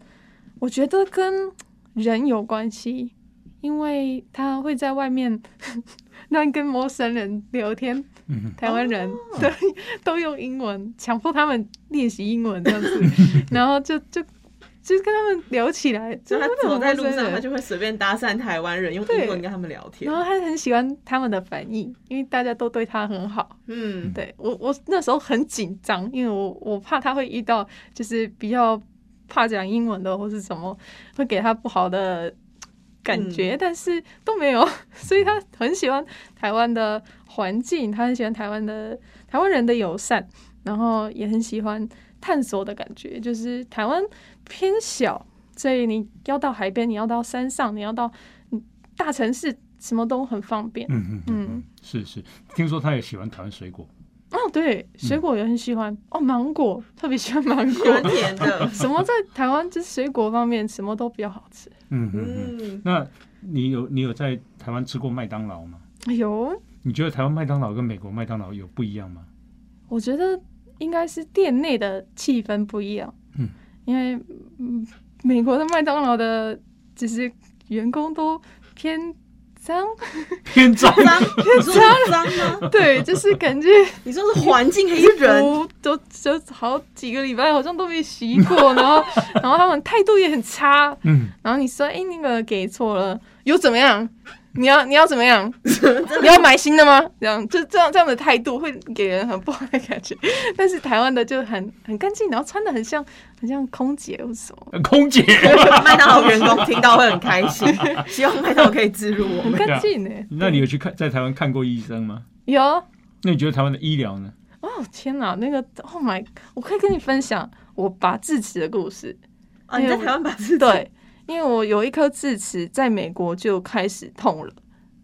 Speaker 2: 我觉得跟人有关系，因为他会在外面 [laughs] 乱跟陌生人聊天。
Speaker 1: 嗯哼，
Speaker 2: 台湾人、对
Speaker 3: 哦
Speaker 2: [laughs] 都用英文，强迫他们练习英文这样
Speaker 3: [laughs]
Speaker 2: 子，然后就就就跟他们聊起来，
Speaker 3: 就
Speaker 2: 就
Speaker 3: 他走在路上，他
Speaker 2: 就。
Speaker 3: 就会随便搭讪台湾人，用英文跟他们聊天
Speaker 2: 然。后他很喜欢他们的反应，因为大家都对他很好。
Speaker 3: 嗯，
Speaker 2: 对我，我那时候很紧张，因为我我怕他会遇到就是比较怕讲英文的或是什么，会给他不好的感觉，但是都没有， [laughs] 所以他很喜欢台湾的环境，他很喜欢台湾的台湾人的友善，然后也很喜欢探索的感觉，就是台湾偏小，所以你要到海边，你要到山上，你要到嗯大城市，什么都很方便。
Speaker 1: 嗯哼嗯
Speaker 2: 嗯
Speaker 1: 哼，是是，听说他也喜欢台湾水果，
Speaker 2: 哦，对，水果也很喜欢、哦，芒果特别喜欢芒
Speaker 3: 喜欢
Speaker 2: 果。
Speaker 3: 甜的，
Speaker 2: [laughs] 什么在台湾就是水果方面什么都比较好吃。
Speaker 1: 嗯哼嗯。
Speaker 3: 嗯，
Speaker 1: 那你有你有在台湾吃过麦当劳吗？
Speaker 2: 哎呦，
Speaker 1: 你觉得台湾麦当劳跟美国麦当劳有不一样吗？
Speaker 2: 我觉得哎应该是店内的气氛不一样。
Speaker 1: 嗯，
Speaker 2: 因为嗯，美国的麦当劳的就是员工都偏 [laughs] 脏，
Speaker 1: 偏脏，
Speaker 3: 嗯脏，你说是脏吗？
Speaker 2: 对，就是感 [laughs] 觉
Speaker 3: 你说是环境还
Speaker 2: 衣
Speaker 3: 是
Speaker 2: [laughs]
Speaker 3: 人？
Speaker 2: 服都就好几个礼拜好像都没洗过，然后然后他们态度也很差，
Speaker 1: 嗯，
Speaker 2: 然后你说，哎、那个给错了，又怎么 [laughs] 样？你要你要怎么样？你要买新的吗？这样就这样这样的态度会给人很不好的感觉。 [laughs] 但是台湾的就很很干净，然后穿的很像很像空姐或什么，
Speaker 1: 空 [laughs] 姐，
Speaker 2: 啊
Speaker 3: 麦当劳员工听到会很开
Speaker 2: [laughs]
Speaker 3: 心，希望麦当劳可以资助我
Speaker 2: 很 [laughs]
Speaker 3: 们。
Speaker 2: 干净呢。欸
Speaker 1: 那你有去看在台湾看过医生吗？
Speaker 2: 有啊，
Speaker 1: 那你觉得台湾的医疗呢？
Speaker 2: 哦天哪，那个 Oh my，God，我可以跟你分享我拔智齿的故事。哎
Speaker 3: 啊，你在台湾把自己
Speaker 2: [laughs] 对，因为我有一颗智齿在美国就开始痛了，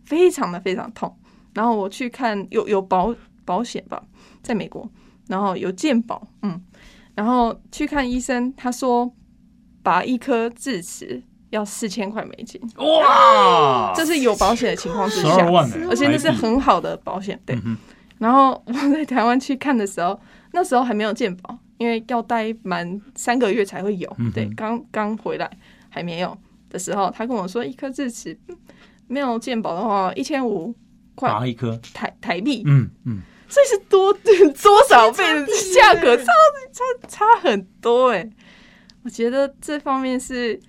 Speaker 2: 非常的非常痛。然后我去看有有保保险吧，在美国，然后有健保，嗯，然后去看医生，他说拔一颗智齿要四千块美金，
Speaker 1: 哇，
Speaker 2: 这是有保险的情况之
Speaker 1: 十二
Speaker 2: 下，
Speaker 1: 万呢，
Speaker 2: 而且那是
Speaker 1: 台币
Speaker 2: 很好的保险，对
Speaker 1: 哎嗯。哼
Speaker 2: 然后我在台湾去看的时候，那时候还没有健保，因为要待满三个月才会有。
Speaker 1: 嗯哼
Speaker 2: 对，刚刚回来还没有的时候，他跟我说一颗智齿嗯没有健保的话，一千五块
Speaker 1: 拔一颗，
Speaker 2: 台台币，
Speaker 1: 啊嗯嗯，
Speaker 2: 所以是多多少倍的价
Speaker 1: [laughs]
Speaker 2: 格，
Speaker 3: 差
Speaker 2: 差差差很多哎、我觉得这方面是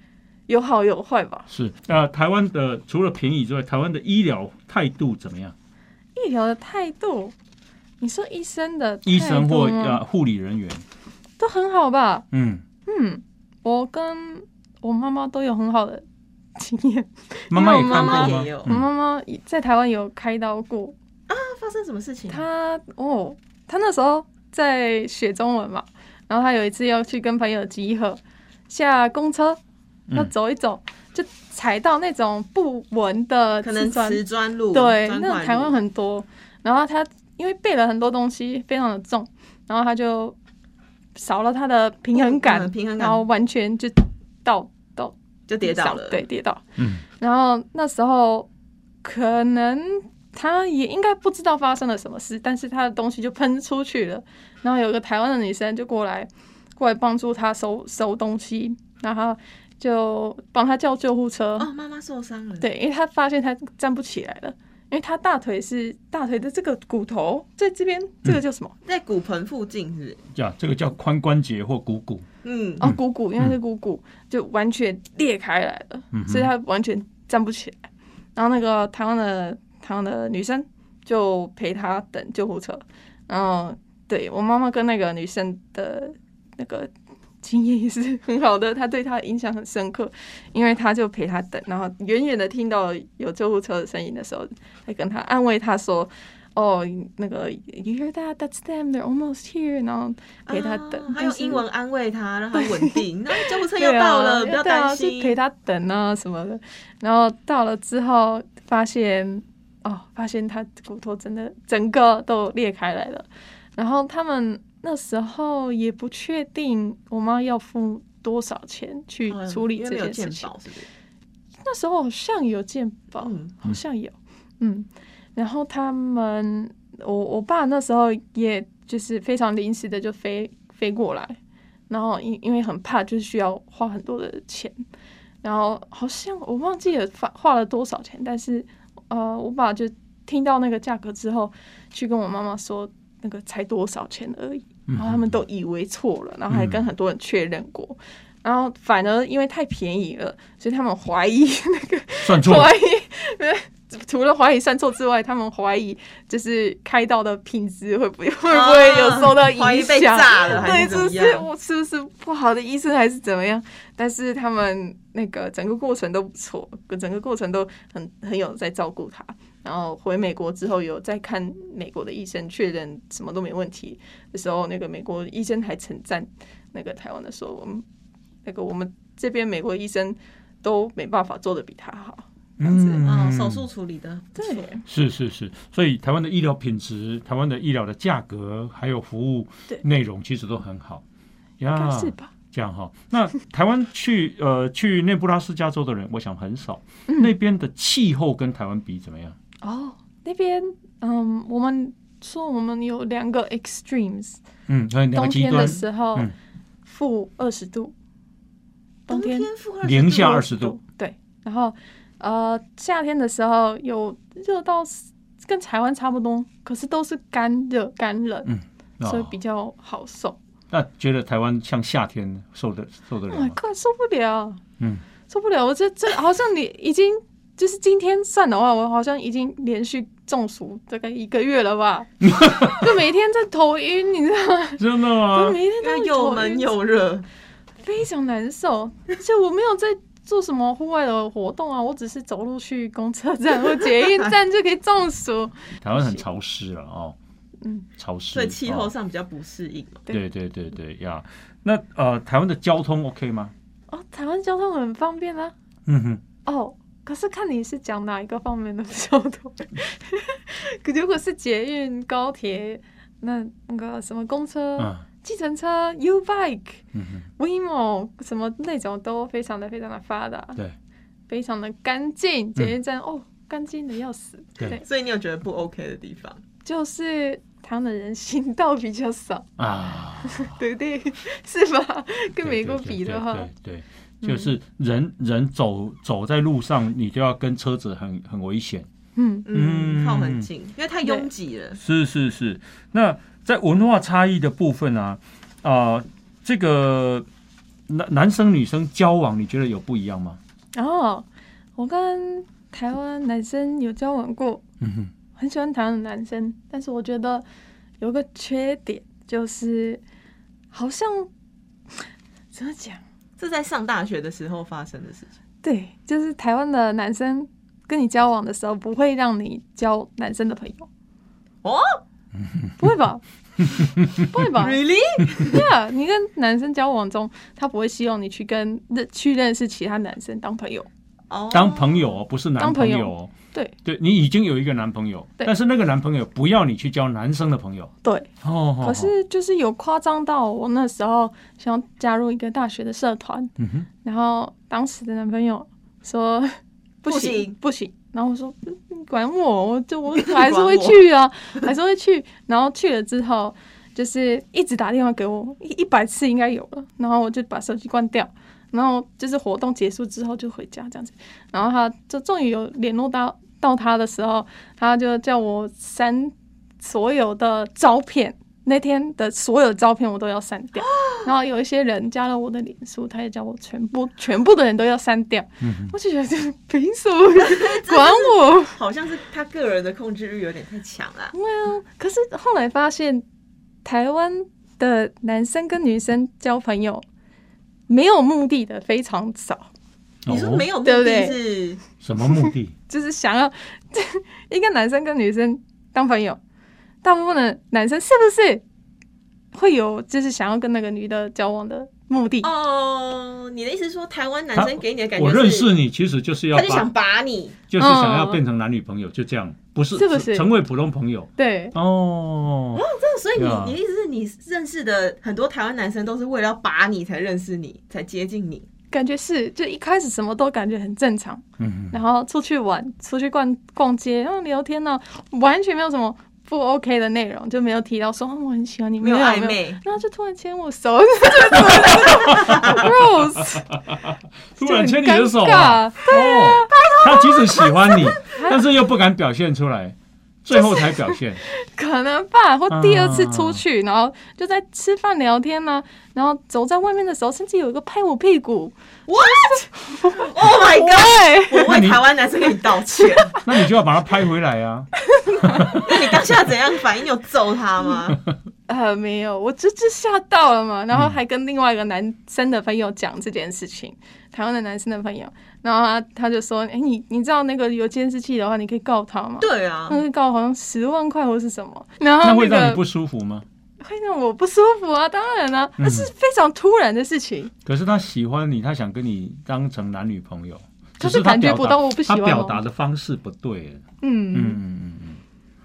Speaker 2: 有好有坏吧。
Speaker 1: 是。那台湾的除了便宜之外，台湾的医疗态度怎么样？
Speaker 2: 医疗的态度，你说医生的
Speaker 1: 医生或
Speaker 2: 态度吗
Speaker 1: 呃护理人员，
Speaker 2: 都很好吧？
Speaker 1: 嗯，
Speaker 2: 嗯，我跟我妈妈都有很好的经验。
Speaker 1: 妈妈也看
Speaker 2: 妈妈
Speaker 1: 过吗
Speaker 3: 也有？
Speaker 2: 我
Speaker 1: 嗯
Speaker 2: 妈妈也在台湾有开刀过，
Speaker 3: 发生什么事情？
Speaker 2: 她哦，她那时候在学中文嘛，然后她有一次要去跟朋友集合，下公车要走一走，就踩到那种不纹的
Speaker 3: 可能
Speaker 2: 瓷砖
Speaker 3: 瓷砖路
Speaker 2: 对，
Speaker 3: 砖
Speaker 2: 那
Speaker 3: 块
Speaker 2: 种
Speaker 3: 路
Speaker 2: 台湾很多。然后他因为背了很多东西，非常的重，然后他就少了他的平衡感，
Speaker 3: 嗯平衡感
Speaker 2: 然后完全就倒倒
Speaker 3: 就跌倒了，
Speaker 2: 对，，跌倒。
Speaker 1: 嗯，
Speaker 2: 然后那时候可能他也应该不知道发生了什么事，但是他的东西就喷出去了。然后有个台湾的女生就过来过来帮助他收收东西，然后就帮他叫救护车。
Speaker 3: 哦，妈妈受伤了，，
Speaker 2: 对，因为他发现他站不起来了，因为他大腿是大腿的这个骨头在这边，这
Speaker 3: 嗯
Speaker 2: 个叫什么？
Speaker 3: 在骨盆附近是
Speaker 1: 呀，这个叫髋关节或股骨，
Speaker 3: 不是，嗯，
Speaker 2: 哦，股骨，因为是股骨就完全裂开来了，
Speaker 1: 嗯哼
Speaker 2: 所以他完全站不起来。然后那个台湾的台湾的女生就陪他等救护车，然后对我妈妈跟那个女生的那个经验也是很好的，她对她的印象很深刻，因为她就陪她等，然后远远的听到有救护车的声音的时候，还跟她安慰她说。哦，那个，you hear that? That's them. They're almost here. 然后陪她等，
Speaker 3: 哦还
Speaker 2: 但
Speaker 3: 有
Speaker 2: 是
Speaker 3: 英文安慰他，让他稳
Speaker 2: [laughs]
Speaker 3: 定。那救护车
Speaker 2: 对
Speaker 3: 要到了，
Speaker 2: 啊、
Speaker 3: 不要
Speaker 2: 对
Speaker 3: 担
Speaker 2: 啊、
Speaker 3: 心
Speaker 2: 就。陪他等啊什么的。然后到了之后，发现哦，发现他骨头真的整个都裂开来了。然后他们那时候也不确定我妈要付多少钱去
Speaker 3: 嗯
Speaker 2: 处理
Speaker 3: 因
Speaker 2: 这
Speaker 3: 为没有
Speaker 2: 件
Speaker 3: 健
Speaker 2: 事情。
Speaker 3: 保，是不是？
Speaker 2: 那时候好像有健保，
Speaker 3: 嗯，
Speaker 2: 好像有，嗯。然后他们，我我爸那时候也就是非常临时的就飞飞过来，然后因因为很怕，就是需要花很多的钱，然后好像我忘记了花花了多少钱，但是呃，我爸就听到那个价格之后，去跟我妈妈说那个才多少钱而已，
Speaker 1: 嗯
Speaker 2: 然后他们都以为错了，然后还跟很多人确认过。然后反而因为太便宜了，所以他们怀疑
Speaker 1: 算错了
Speaker 2: 怀疑，除了怀疑算错之外，他们怀疑就是开到的品质会不会不会有受到影响？
Speaker 3: 怀啊疑被炸了还
Speaker 2: 对，
Speaker 3: 是怎
Speaker 2: 就
Speaker 3: 么
Speaker 2: 是
Speaker 3: 样？
Speaker 2: 我是不是不好的医生还是怎么样？但是他们那个整个过程都不错，整个过程都很很有在照顾他。然后回美国之后，有再看美国的医生确认什么都没问题的时候，那个美国医生还称赞那个台湾的说，我们那个我们这边美国医生都没办法做的比他好，这样子。
Speaker 3: 啊，手术处理的，
Speaker 2: 对，
Speaker 1: 嗯是是是，所以台湾的医疗品质、台湾的医疗的价格还有服务
Speaker 2: 对
Speaker 1: 内容其实都很好
Speaker 2: 应
Speaker 1: 呀
Speaker 2: 该。是吧？
Speaker 1: 这样哈，那台湾去呃去内布拉斯加州的人，我想很少。
Speaker 2: 嗯
Speaker 1: 那边的气候跟台湾比怎么样？
Speaker 2: 哦，那边，嗯，我们说我们有两个 extremes，
Speaker 1: 嗯，所以两
Speaker 2: 冬
Speaker 1: 个极
Speaker 2: 天的
Speaker 1: 端，
Speaker 2: 时候
Speaker 1: 嗯
Speaker 2: 负二十度，冬天
Speaker 3: 负
Speaker 1: 零下二
Speaker 3: 20
Speaker 1: 十度，，
Speaker 2: 对，然后呃夏天的时候有热到跟台湾差不多，可是都是干热干冷，
Speaker 1: 嗯哦
Speaker 2: 所以比较好受。
Speaker 1: 那觉得台湾像夏天受得受得
Speaker 2: Oh
Speaker 1: 了
Speaker 2: my
Speaker 1: 吗？
Speaker 2: god，受不了，
Speaker 1: 嗯，
Speaker 2: 受不了！我这这好像你已经就是今天算的话，我好像已经连续中暑大概一个月了吧，就每天在头晕，你知道吗？
Speaker 1: 真的吗
Speaker 2: 就？每天
Speaker 3: 因
Speaker 2: 都
Speaker 3: 为
Speaker 2: 在
Speaker 3: 又
Speaker 2: 头
Speaker 3: 闷
Speaker 2: 晕，
Speaker 3: 又
Speaker 2: 哦
Speaker 3: 热，
Speaker 2: 非常难受。而且我没有在做什么户外的活动啊，我只是走路去公车站或捷运站就可以中暑。 [laughs]
Speaker 1: 台湾很潮湿了哦。
Speaker 2: 嗯
Speaker 1: 潮湿，
Speaker 3: 所以气候
Speaker 1: 哦
Speaker 3: 上比较不适应哦。
Speaker 1: 对对对对呀。那呃，台湾的交通 OK 吗？
Speaker 2: 哦，台湾交通很方便啊。
Speaker 1: 嗯哼，
Speaker 2: 哦，可是看你是讲哪一个方面的交通。 [laughs] 可如果是捷运、高铁，那那个什么公车、
Speaker 1: 嗯
Speaker 2: 计程车、U Bike、
Speaker 1: 嗯哼，
Speaker 2: WeMo 什么那种都非常的非常的发达，
Speaker 1: 对
Speaker 2: 非常的干净。捷运站、哦，干净的要死。
Speaker 1: 嗯对
Speaker 3: 所以你有觉得不 OK 的地方？
Speaker 2: 就是台湾的人行道比较
Speaker 1: [laughs]
Speaker 2: 少，
Speaker 1: 啊。
Speaker 2: 对不对？是吧？跟
Speaker 1: 对
Speaker 2: 美国
Speaker 1: 对
Speaker 2: 比
Speaker 1: 对
Speaker 2: 的话，嗯
Speaker 1: 对对对就是人人走走在路上，你就要跟车子很很危险。
Speaker 2: 嗯，
Speaker 1: 嗯
Speaker 3: 嗯，靠很近，因为太拥挤了。
Speaker 1: 是是是，那在文化差异的部分啊，啊、这个男男生女生交往，你觉得有不一样吗？
Speaker 2: 然后我跟台湾男生有交往过，
Speaker 1: 嗯哼，
Speaker 2: 很喜欢台湾的男生，但是我觉得有个缺点就是，好像怎么讲？
Speaker 3: 这在上大学的时候发生的事情。
Speaker 2: 对，就是台湾的男生跟你交往的时候，不会让你交男生的朋友，
Speaker 3: 哦
Speaker 2: 不会吧？ [laughs] 不会吧？
Speaker 3: ，Really？
Speaker 2: 对啊，你跟男生交往中，他不会希望你去跟认去认识其他男生当朋友。
Speaker 3: 哦
Speaker 1: 当朋友哦，不是男
Speaker 2: 当
Speaker 1: 朋
Speaker 2: 朋友
Speaker 1: 友哦。
Speaker 2: 对
Speaker 1: 对你已经有一个男朋友，
Speaker 2: 对
Speaker 1: 但是那个男朋友不要你去交男生的朋友。
Speaker 2: 对，
Speaker 1: 哦，哦
Speaker 2: 可，是就是有夸张到我那时候想要加入一个大学的社团，
Speaker 1: 嗯哼，
Speaker 2: 然后当时的男朋友说 [laughs] 不
Speaker 3: 不
Speaker 2: 行
Speaker 3: 行
Speaker 2: 不行，然后我说嗯你管我，我就我还是
Speaker 3: [laughs] 管
Speaker 2: 会
Speaker 3: 我
Speaker 2: 去啊，还是会去。然后去了之后，就是一直打电话给我，一一百次应该有了。然后我就把手机关掉，然后就是活动结束之后就回家这样子。然后他就终于有联络到到他的时候，他就叫我删所有的照片。那天的所有照片我都要删
Speaker 3: [gasps]
Speaker 2: 掉，然后有一些人加了我的脸书，他也叫我全部全部的人都要删掉。
Speaker 3: 嗯
Speaker 2: 我就觉得凭什么
Speaker 3: [laughs]
Speaker 2: 管我？
Speaker 3: 好像是他个人的控制欲有点太强啦。
Speaker 1: 哦
Speaker 2: 可是后来发现，台湾的男生跟女生交朋友没有目的的非常少，
Speaker 3: 你说没
Speaker 1: 有
Speaker 3: 有目
Speaker 2: 对不
Speaker 3: 的
Speaker 2: 对
Speaker 3: 是
Speaker 1: 哦什么目
Speaker 2: [laughs]
Speaker 1: 的？
Speaker 2: 就是想要一个男生跟女生当朋友，大部分的男生是不是会有就是想要跟那个女的交往的目的？
Speaker 3: 哦，你的意思是说台湾男生给你的感觉
Speaker 1: 我
Speaker 3: 是，
Speaker 1: 认识你其实就是要
Speaker 3: 他就
Speaker 1: 把
Speaker 3: 想把你，
Speaker 1: 就是想要变成男女朋友，就这样，不是
Speaker 2: 哦是不是
Speaker 1: 成为普通朋友
Speaker 2: 对，
Speaker 1: 哦？
Speaker 3: 那所以你
Speaker 1: Yeah
Speaker 3: 你的意思是你认识的很多台湾男生都是为了要把你才认识你，才接近你。
Speaker 2: 感觉是就一开始什么都感觉很正常，
Speaker 1: 嗯哼，
Speaker 2: 然后出去玩、出去逛逛街，然后聊天呢、完全没有什么不 OK 的内容，就没有提到说、哦、我很喜欢你，
Speaker 3: 没有
Speaker 2: 有
Speaker 3: 暧
Speaker 2: 没有 [laughs]
Speaker 3: 昧
Speaker 2: 然后就突然牵我手 [laughs] ，Rose，
Speaker 1: 突然牵你的手
Speaker 2: 就很
Speaker 1: 啊，
Speaker 2: 尴
Speaker 1: 哦，他即使喜欢
Speaker 2: [laughs]
Speaker 1: 你，但是又不敢表现出来，最后才表现。
Speaker 2: 可能吧，或第二次
Speaker 1: 啊
Speaker 2: 出去，然后就在吃饭聊天呢、然后走在外面的时候，甚至有一个拍我屁股，
Speaker 3: Oh my god！
Speaker 2: 对，
Speaker 3: 我
Speaker 1: 那
Speaker 3: 为
Speaker 1: 你
Speaker 3: 台湾男生跟你道歉，
Speaker 1: 那你就要把他拍回来
Speaker 2: [laughs]
Speaker 1: 啊！
Speaker 3: 那你当下怎样反应？你有揍他吗？
Speaker 2: 呃，没有，我这这吓到了嘛，然
Speaker 1: 嗯
Speaker 2: 后还跟另外一个男生的朋友讲这件事情，台湾的男生的朋友，然后他他就说，哎，你你知道那个有监视器的话，你可以告他吗？
Speaker 3: 对啊
Speaker 2: 他，会告好像十万块或是什么，然后
Speaker 1: 那会
Speaker 2: 哦个
Speaker 1: 让你不舒服吗？
Speaker 2: 会让我不舒服啊，当然啦、那是非常突然的事情。
Speaker 1: 可是他喜欢你，他想跟你当成男女朋友，
Speaker 2: 可
Speaker 1: 只
Speaker 2: 是
Speaker 1: 他
Speaker 2: 感觉
Speaker 1: 表达
Speaker 2: 不到我不喜
Speaker 1: 他
Speaker 2: 欢
Speaker 1: 表
Speaker 2: 哦
Speaker 1: 达的方式不对。
Speaker 2: 嗯，
Speaker 1: 嗯嗯嗯嗯，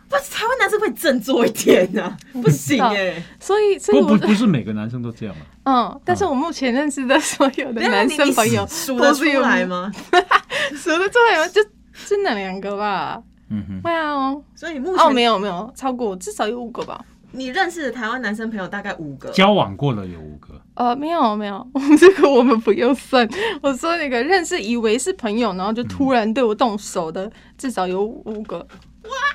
Speaker 3: 不是台湾男生会振作一点
Speaker 2: [laughs]
Speaker 3: 啊，不行哎。
Speaker 2: 所以所以
Speaker 1: 不
Speaker 2: 我
Speaker 1: 不不是每个男生都这样啊。
Speaker 2: 嗯，但是我目前认识的所有的男生朋友
Speaker 3: 你你数得出来吗？
Speaker 2: [laughs] 数得出来吗？就就那两个吧。
Speaker 1: 嗯哼，
Speaker 2: 会啊哦，
Speaker 3: 所以你目
Speaker 2: 哦没
Speaker 3: 前
Speaker 2: 有没有，超过至少有五个吧。
Speaker 3: 你认识的台湾男生朋友大概五个，
Speaker 1: 交往过了有五个，
Speaker 2: 呃，没有没 [laughs] 有，我们这个我们不用算。我说那个认识以为是朋友，然后就突然对我动手的，至少有五个。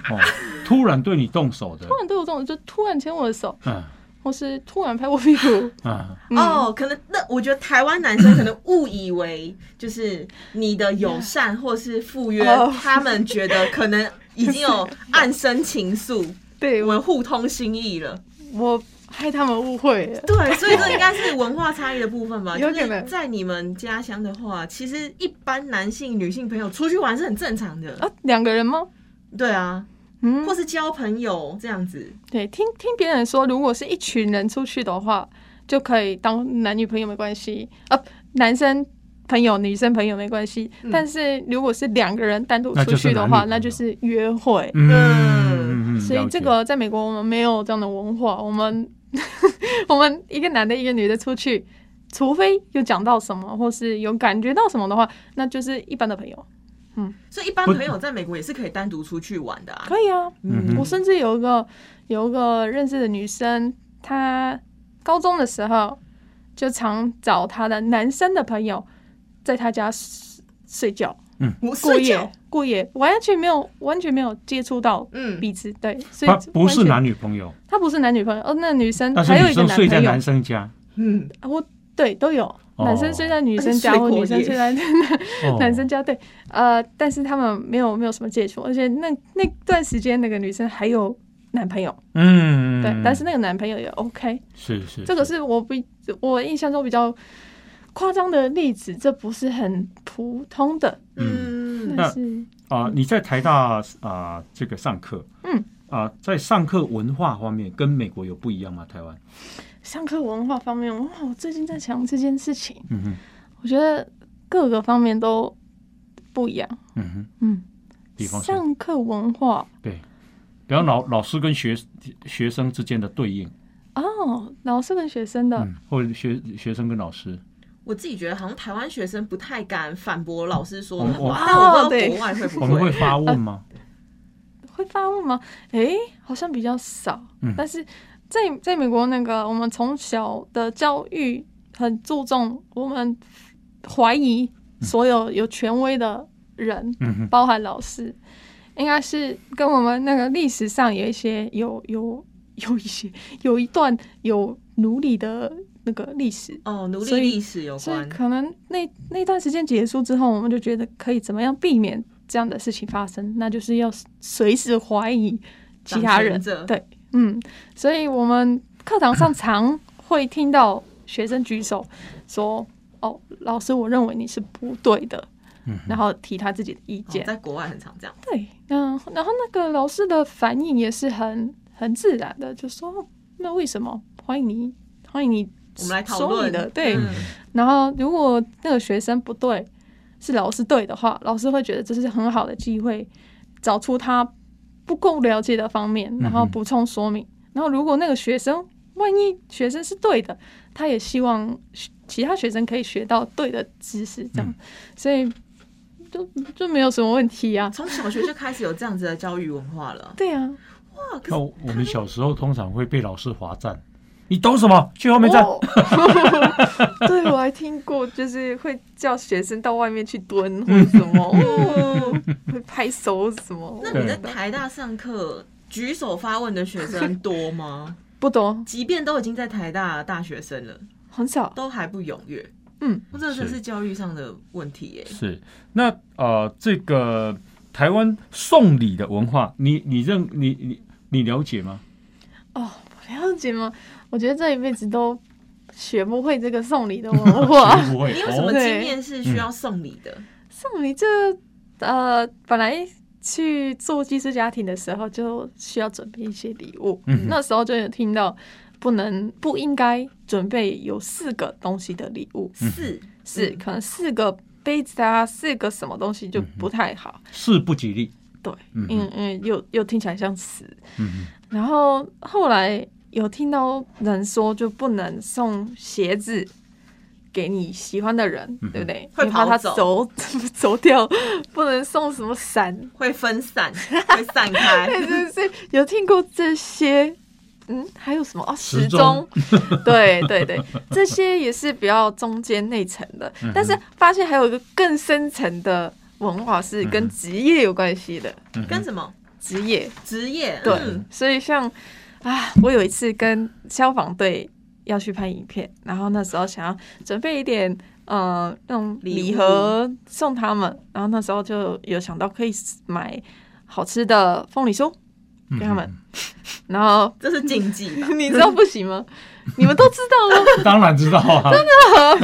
Speaker 1: 哦，突然对你动手的
Speaker 2: 突，然对我动手，就突然牵我的手，
Speaker 1: 嗯
Speaker 2: 或是突然拍我屁股。
Speaker 1: 嗯，
Speaker 2: 嗯，
Speaker 3: 哦，可能那我觉得台湾男生可能误以为就是你的友善或是赴约
Speaker 2: 哦，
Speaker 3: 他们觉得可能已经有暗生情愫，
Speaker 2: [laughs] 对
Speaker 3: 我
Speaker 2: 我
Speaker 3: 们互通心意了。
Speaker 2: 我害他们误会了。
Speaker 3: 对，所以这应该是文化差异的部分吧。
Speaker 2: 有
Speaker 3: 就
Speaker 2: 可能
Speaker 3: 是在你们家乡的话，其
Speaker 2: 哦
Speaker 3: 实一般男性、女性朋友出去玩是很正常的。
Speaker 2: 啊，两个人吗？
Speaker 3: 对啊，
Speaker 2: 嗯
Speaker 3: 或是交朋友这样子。
Speaker 2: 对，听听别人说，如果是一群人出去的话，就可以当男女朋友没关系，呃，男生朋友、女生朋友没关系。
Speaker 3: 嗯
Speaker 2: 但是如果是两个人单独
Speaker 1: 那
Speaker 2: 出
Speaker 1: 就是
Speaker 2: 去的
Speaker 1: 男女
Speaker 2: 话，
Speaker 1: 朋
Speaker 2: 那
Speaker 1: 友
Speaker 2: 就是约会。
Speaker 1: 嗯，嗯嗯
Speaker 2: 所以
Speaker 1: 了解
Speaker 2: 这个在美国我们没有这样的文化，我们 [laughs] 我们一个男的一个女的出去，除非有讲到什么，或是有感觉到什么的话，那就是一般的朋友，
Speaker 3: 所以一般
Speaker 1: 不
Speaker 3: 朋友在美国也是可以单独出去玩的啊。
Speaker 2: 可以啊。
Speaker 1: 嗯
Speaker 2: 我甚至有一个有一个认识的女生，她高中的时候就常找她的男生的朋友在她家睡睡觉、
Speaker 3: 我
Speaker 2: 过
Speaker 3: 睡觉
Speaker 2: 夜、过夜，完全没有完全没有接触到
Speaker 3: 嗯，
Speaker 2: 彼此，对，所以
Speaker 1: 他不是
Speaker 2: 完全
Speaker 1: 男，女朋友，
Speaker 2: 他不是男女朋友，哦，那女生
Speaker 1: 但是
Speaker 2: 还有
Speaker 1: 女
Speaker 2: 一个
Speaker 1: 生
Speaker 2: 男
Speaker 1: 睡在
Speaker 2: 朋友
Speaker 1: 男，生家，
Speaker 2: [laughs]
Speaker 3: 嗯，
Speaker 2: 啊我对都有，
Speaker 1: 哦
Speaker 2: 男生睡在女生家，
Speaker 3: 睡
Speaker 2: 或
Speaker 3: 过
Speaker 2: 女生
Speaker 3: 夜
Speaker 2: 睡在
Speaker 1: [laughs]
Speaker 2: [laughs]
Speaker 1: 哦
Speaker 2: 男生家，对，呃，但是他们没有没有什么接触，而且那那段时间那个女生还有男朋友，
Speaker 1: 嗯，
Speaker 2: 对，但是那个男朋友也 OK，
Speaker 1: 是是
Speaker 2: 这个是我比我印象中比较夸张的例子，这不是很普通的，
Speaker 3: 嗯，
Speaker 2: 但是
Speaker 1: 啊、你在台大啊、这个上课，
Speaker 2: 嗯
Speaker 1: 啊、在上课文化方面跟美国有不一样吗？台湾，
Speaker 2: 上课文化方面，哇，我最近在想这件事情，
Speaker 1: 嗯哼，
Speaker 2: 我觉得各个方面都不一样，
Speaker 1: 嗯哼，
Speaker 2: 嗯，
Speaker 1: 比方说，
Speaker 2: 上课文化。
Speaker 1: 对，比方老老师跟学学生之间的对应，
Speaker 2: 哦，老师跟学生的，
Speaker 1: 嗯，或者学学生跟老师，
Speaker 3: 我自己觉得好像台湾学生不太敢反驳老师说
Speaker 1: 我
Speaker 3: 的
Speaker 1: 我
Speaker 3: 话，但我不知
Speaker 2: 哦对
Speaker 3: 道国外会不
Speaker 1: 我们会
Speaker 3: 会。
Speaker 1: 发问吗？
Speaker 2: 啊会发问吗？诶，好像比较少。
Speaker 1: 嗯
Speaker 2: 但是在在美国那个，我们从小的教育很注重我们怀疑所有有权威的人，
Speaker 1: 嗯哼，
Speaker 2: 包含老师，应该是跟我们那个历史上有一些有有有一些有一段有奴隶的那个历史。
Speaker 3: 哦，奴
Speaker 2: 所
Speaker 3: 隶
Speaker 2: 以
Speaker 3: 历史有
Speaker 2: 所以
Speaker 3: 关，
Speaker 2: 可能那那段时间结束之后，我们就觉得可以怎么样避免这样的事情发生，那就是要随时怀疑其他人
Speaker 3: 掌权者。
Speaker 2: 对，嗯，所以我们课堂上常会听到学生举手说：“哦，老师，我认为你是不对的。”
Speaker 1: 嗯
Speaker 2: 然后提他自己的意
Speaker 3: 哦
Speaker 2: 见。
Speaker 3: 在国外很常这样。
Speaker 2: 对，嗯，然后那个老师的反应也是很很自然的，就说哦：“那为什么？欢迎你，欢迎你，
Speaker 3: 我们来讨论
Speaker 2: 的。”对， [laughs]
Speaker 3: 嗯
Speaker 2: 然后如果那个学生不对，是老师对的话，老师会觉得这是很好的机会，找出他不够了解的方面，然后补充说明。然后如果那个学生，万一学生是对的，他也希望其他学生可以学到对的知识，这样，
Speaker 1: 嗯
Speaker 2: 所以就就没有什么问题啊。
Speaker 3: 从小学就开始有这样子的教育文化
Speaker 2: [laughs]
Speaker 3: 了。
Speaker 2: 对啊，
Speaker 3: 哇，可
Speaker 1: 那
Speaker 3: 是
Speaker 1: 我我们小时候通常会被老师罚站，你懂什么？去后面站。
Speaker 2: 哦 [laughs] 对，我还听过，就是会叫学生到外面去蹲或者什么，
Speaker 3: [laughs]
Speaker 2: 哦，会拍手什么。
Speaker 3: 那你在
Speaker 2: 对
Speaker 3: 台大上课举手发问的学生多吗？
Speaker 2: 不懂，
Speaker 3: 即便都已经在台大的大学生了，
Speaker 2: 很少。
Speaker 3: 都还不踊跃。
Speaker 2: 嗯，
Speaker 3: 我这真
Speaker 1: 是
Speaker 3: 是教育上的问题耶、
Speaker 1: 是，那呃，这个台湾送礼的文化，你你认你你你了解吗？
Speaker 2: 哦，不了解吗？我觉得这一辈子都学不会这个送礼的哦
Speaker 1: [laughs]
Speaker 2: 文化。
Speaker 1: 不会
Speaker 2: [laughs]
Speaker 3: 你有什么
Speaker 1: 哦
Speaker 3: 经验是需要送礼的？
Speaker 2: 送礼这呃，本来去做寄宿家庭的时候就需要准备一些礼物，
Speaker 1: 嗯哼
Speaker 2: 那时候就有听到不能不应该准备有四个东西的礼物，
Speaker 3: 是
Speaker 2: 是
Speaker 3: 嗯
Speaker 2: 可能四个杯子啊，四个什么东西就不太好。
Speaker 1: 事不吉利。
Speaker 2: 对，
Speaker 1: 嗯
Speaker 2: 嗯嗯，又又听起来像死。
Speaker 1: 嗯
Speaker 2: 然后后来有听到人说，就不能送鞋子给你喜欢的人，
Speaker 1: 嗯哼
Speaker 2: 对不对？
Speaker 3: 会
Speaker 2: 因为怕
Speaker 3: 跑
Speaker 2: 他
Speaker 3: 走
Speaker 2: 走 [laughs] 走掉，不能送什么哎伞。
Speaker 3: 会分散，会
Speaker 2: [laughs]
Speaker 3: 散开。
Speaker 2: 对对对，有听过这些。嗯，还有什么哦？
Speaker 1: 时
Speaker 2: 时钟，
Speaker 1: [laughs]
Speaker 2: 对对对，这些也是比较中间内层的，
Speaker 1: 嗯
Speaker 2: 但是发现还有一个更深层的文化是
Speaker 1: 嗯
Speaker 2: 跟
Speaker 1: 哼
Speaker 2: 职业有关系的，
Speaker 1: 嗯哼
Speaker 3: 跟什么
Speaker 2: 职业，
Speaker 3: 职业？
Speaker 2: 对，
Speaker 3: 嗯
Speaker 2: 所以像啊，我有一次跟消防队要去拍影片，然后那时候想要准备一点呃那种礼盒送他们，然后那时候就有想到可以买好吃的凤梨酥
Speaker 1: 嗯
Speaker 2: 给他们，然后
Speaker 3: 这是禁忌吧？
Speaker 2: 你知道不
Speaker 1: [laughs]
Speaker 2: 行吗？你们都知道了 [laughs]
Speaker 1: 当然知道啊，
Speaker 2: 吗，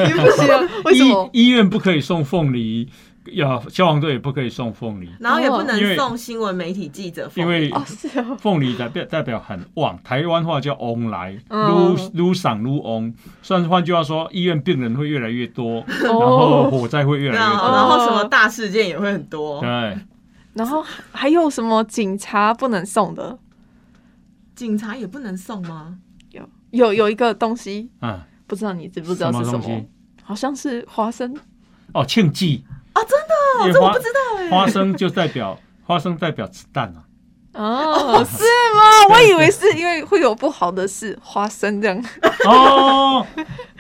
Speaker 2: 你不行啊，为什么？
Speaker 1: 医医院不可以送凤梨，呀，消防队也不可以送凤梨，
Speaker 3: 然后也不
Speaker 1: 哦因为
Speaker 3: 能送新闻媒体记者，
Speaker 1: 因为
Speaker 2: 哦，是哦，
Speaker 1: 凤梨代表代表很旺，台湾话叫“翁来”，
Speaker 2: 嗯
Speaker 1: 撸撸赏撸翁。算是换句话说，医院病人会越来越多，然后
Speaker 2: 哦，
Speaker 1: 火灾会越
Speaker 3: 对
Speaker 1: 来
Speaker 3: 啊，
Speaker 1: 越
Speaker 3: 然
Speaker 1: 多。
Speaker 3: 后什么大事件也会很多，
Speaker 1: 对，啊
Speaker 2: 然后还有什么警察不能送的？
Speaker 3: 警察也不能送吗？
Speaker 2: 有有有一个东西，
Speaker 1: 嗯，
Speaker 2: 不知道你知不知道是什
Speaker 1: 什么东
Speaker 2: 么
Speaker 1: 西？
Speaker 2: 好像是花生，
Speaker 1: 哦，庆忌
Speaker 3: 啊
Speaker 1: 真的
Speaker 3: 这我不知道哎、
Speaker 1: 花生就代表花生代表子弹啊，
Speaker 2: 哦，是 [laughs] 吗？我以为是因为会有不好的事，花生这样，
Speaker 3: [laughs]
Speaker 1: 哦，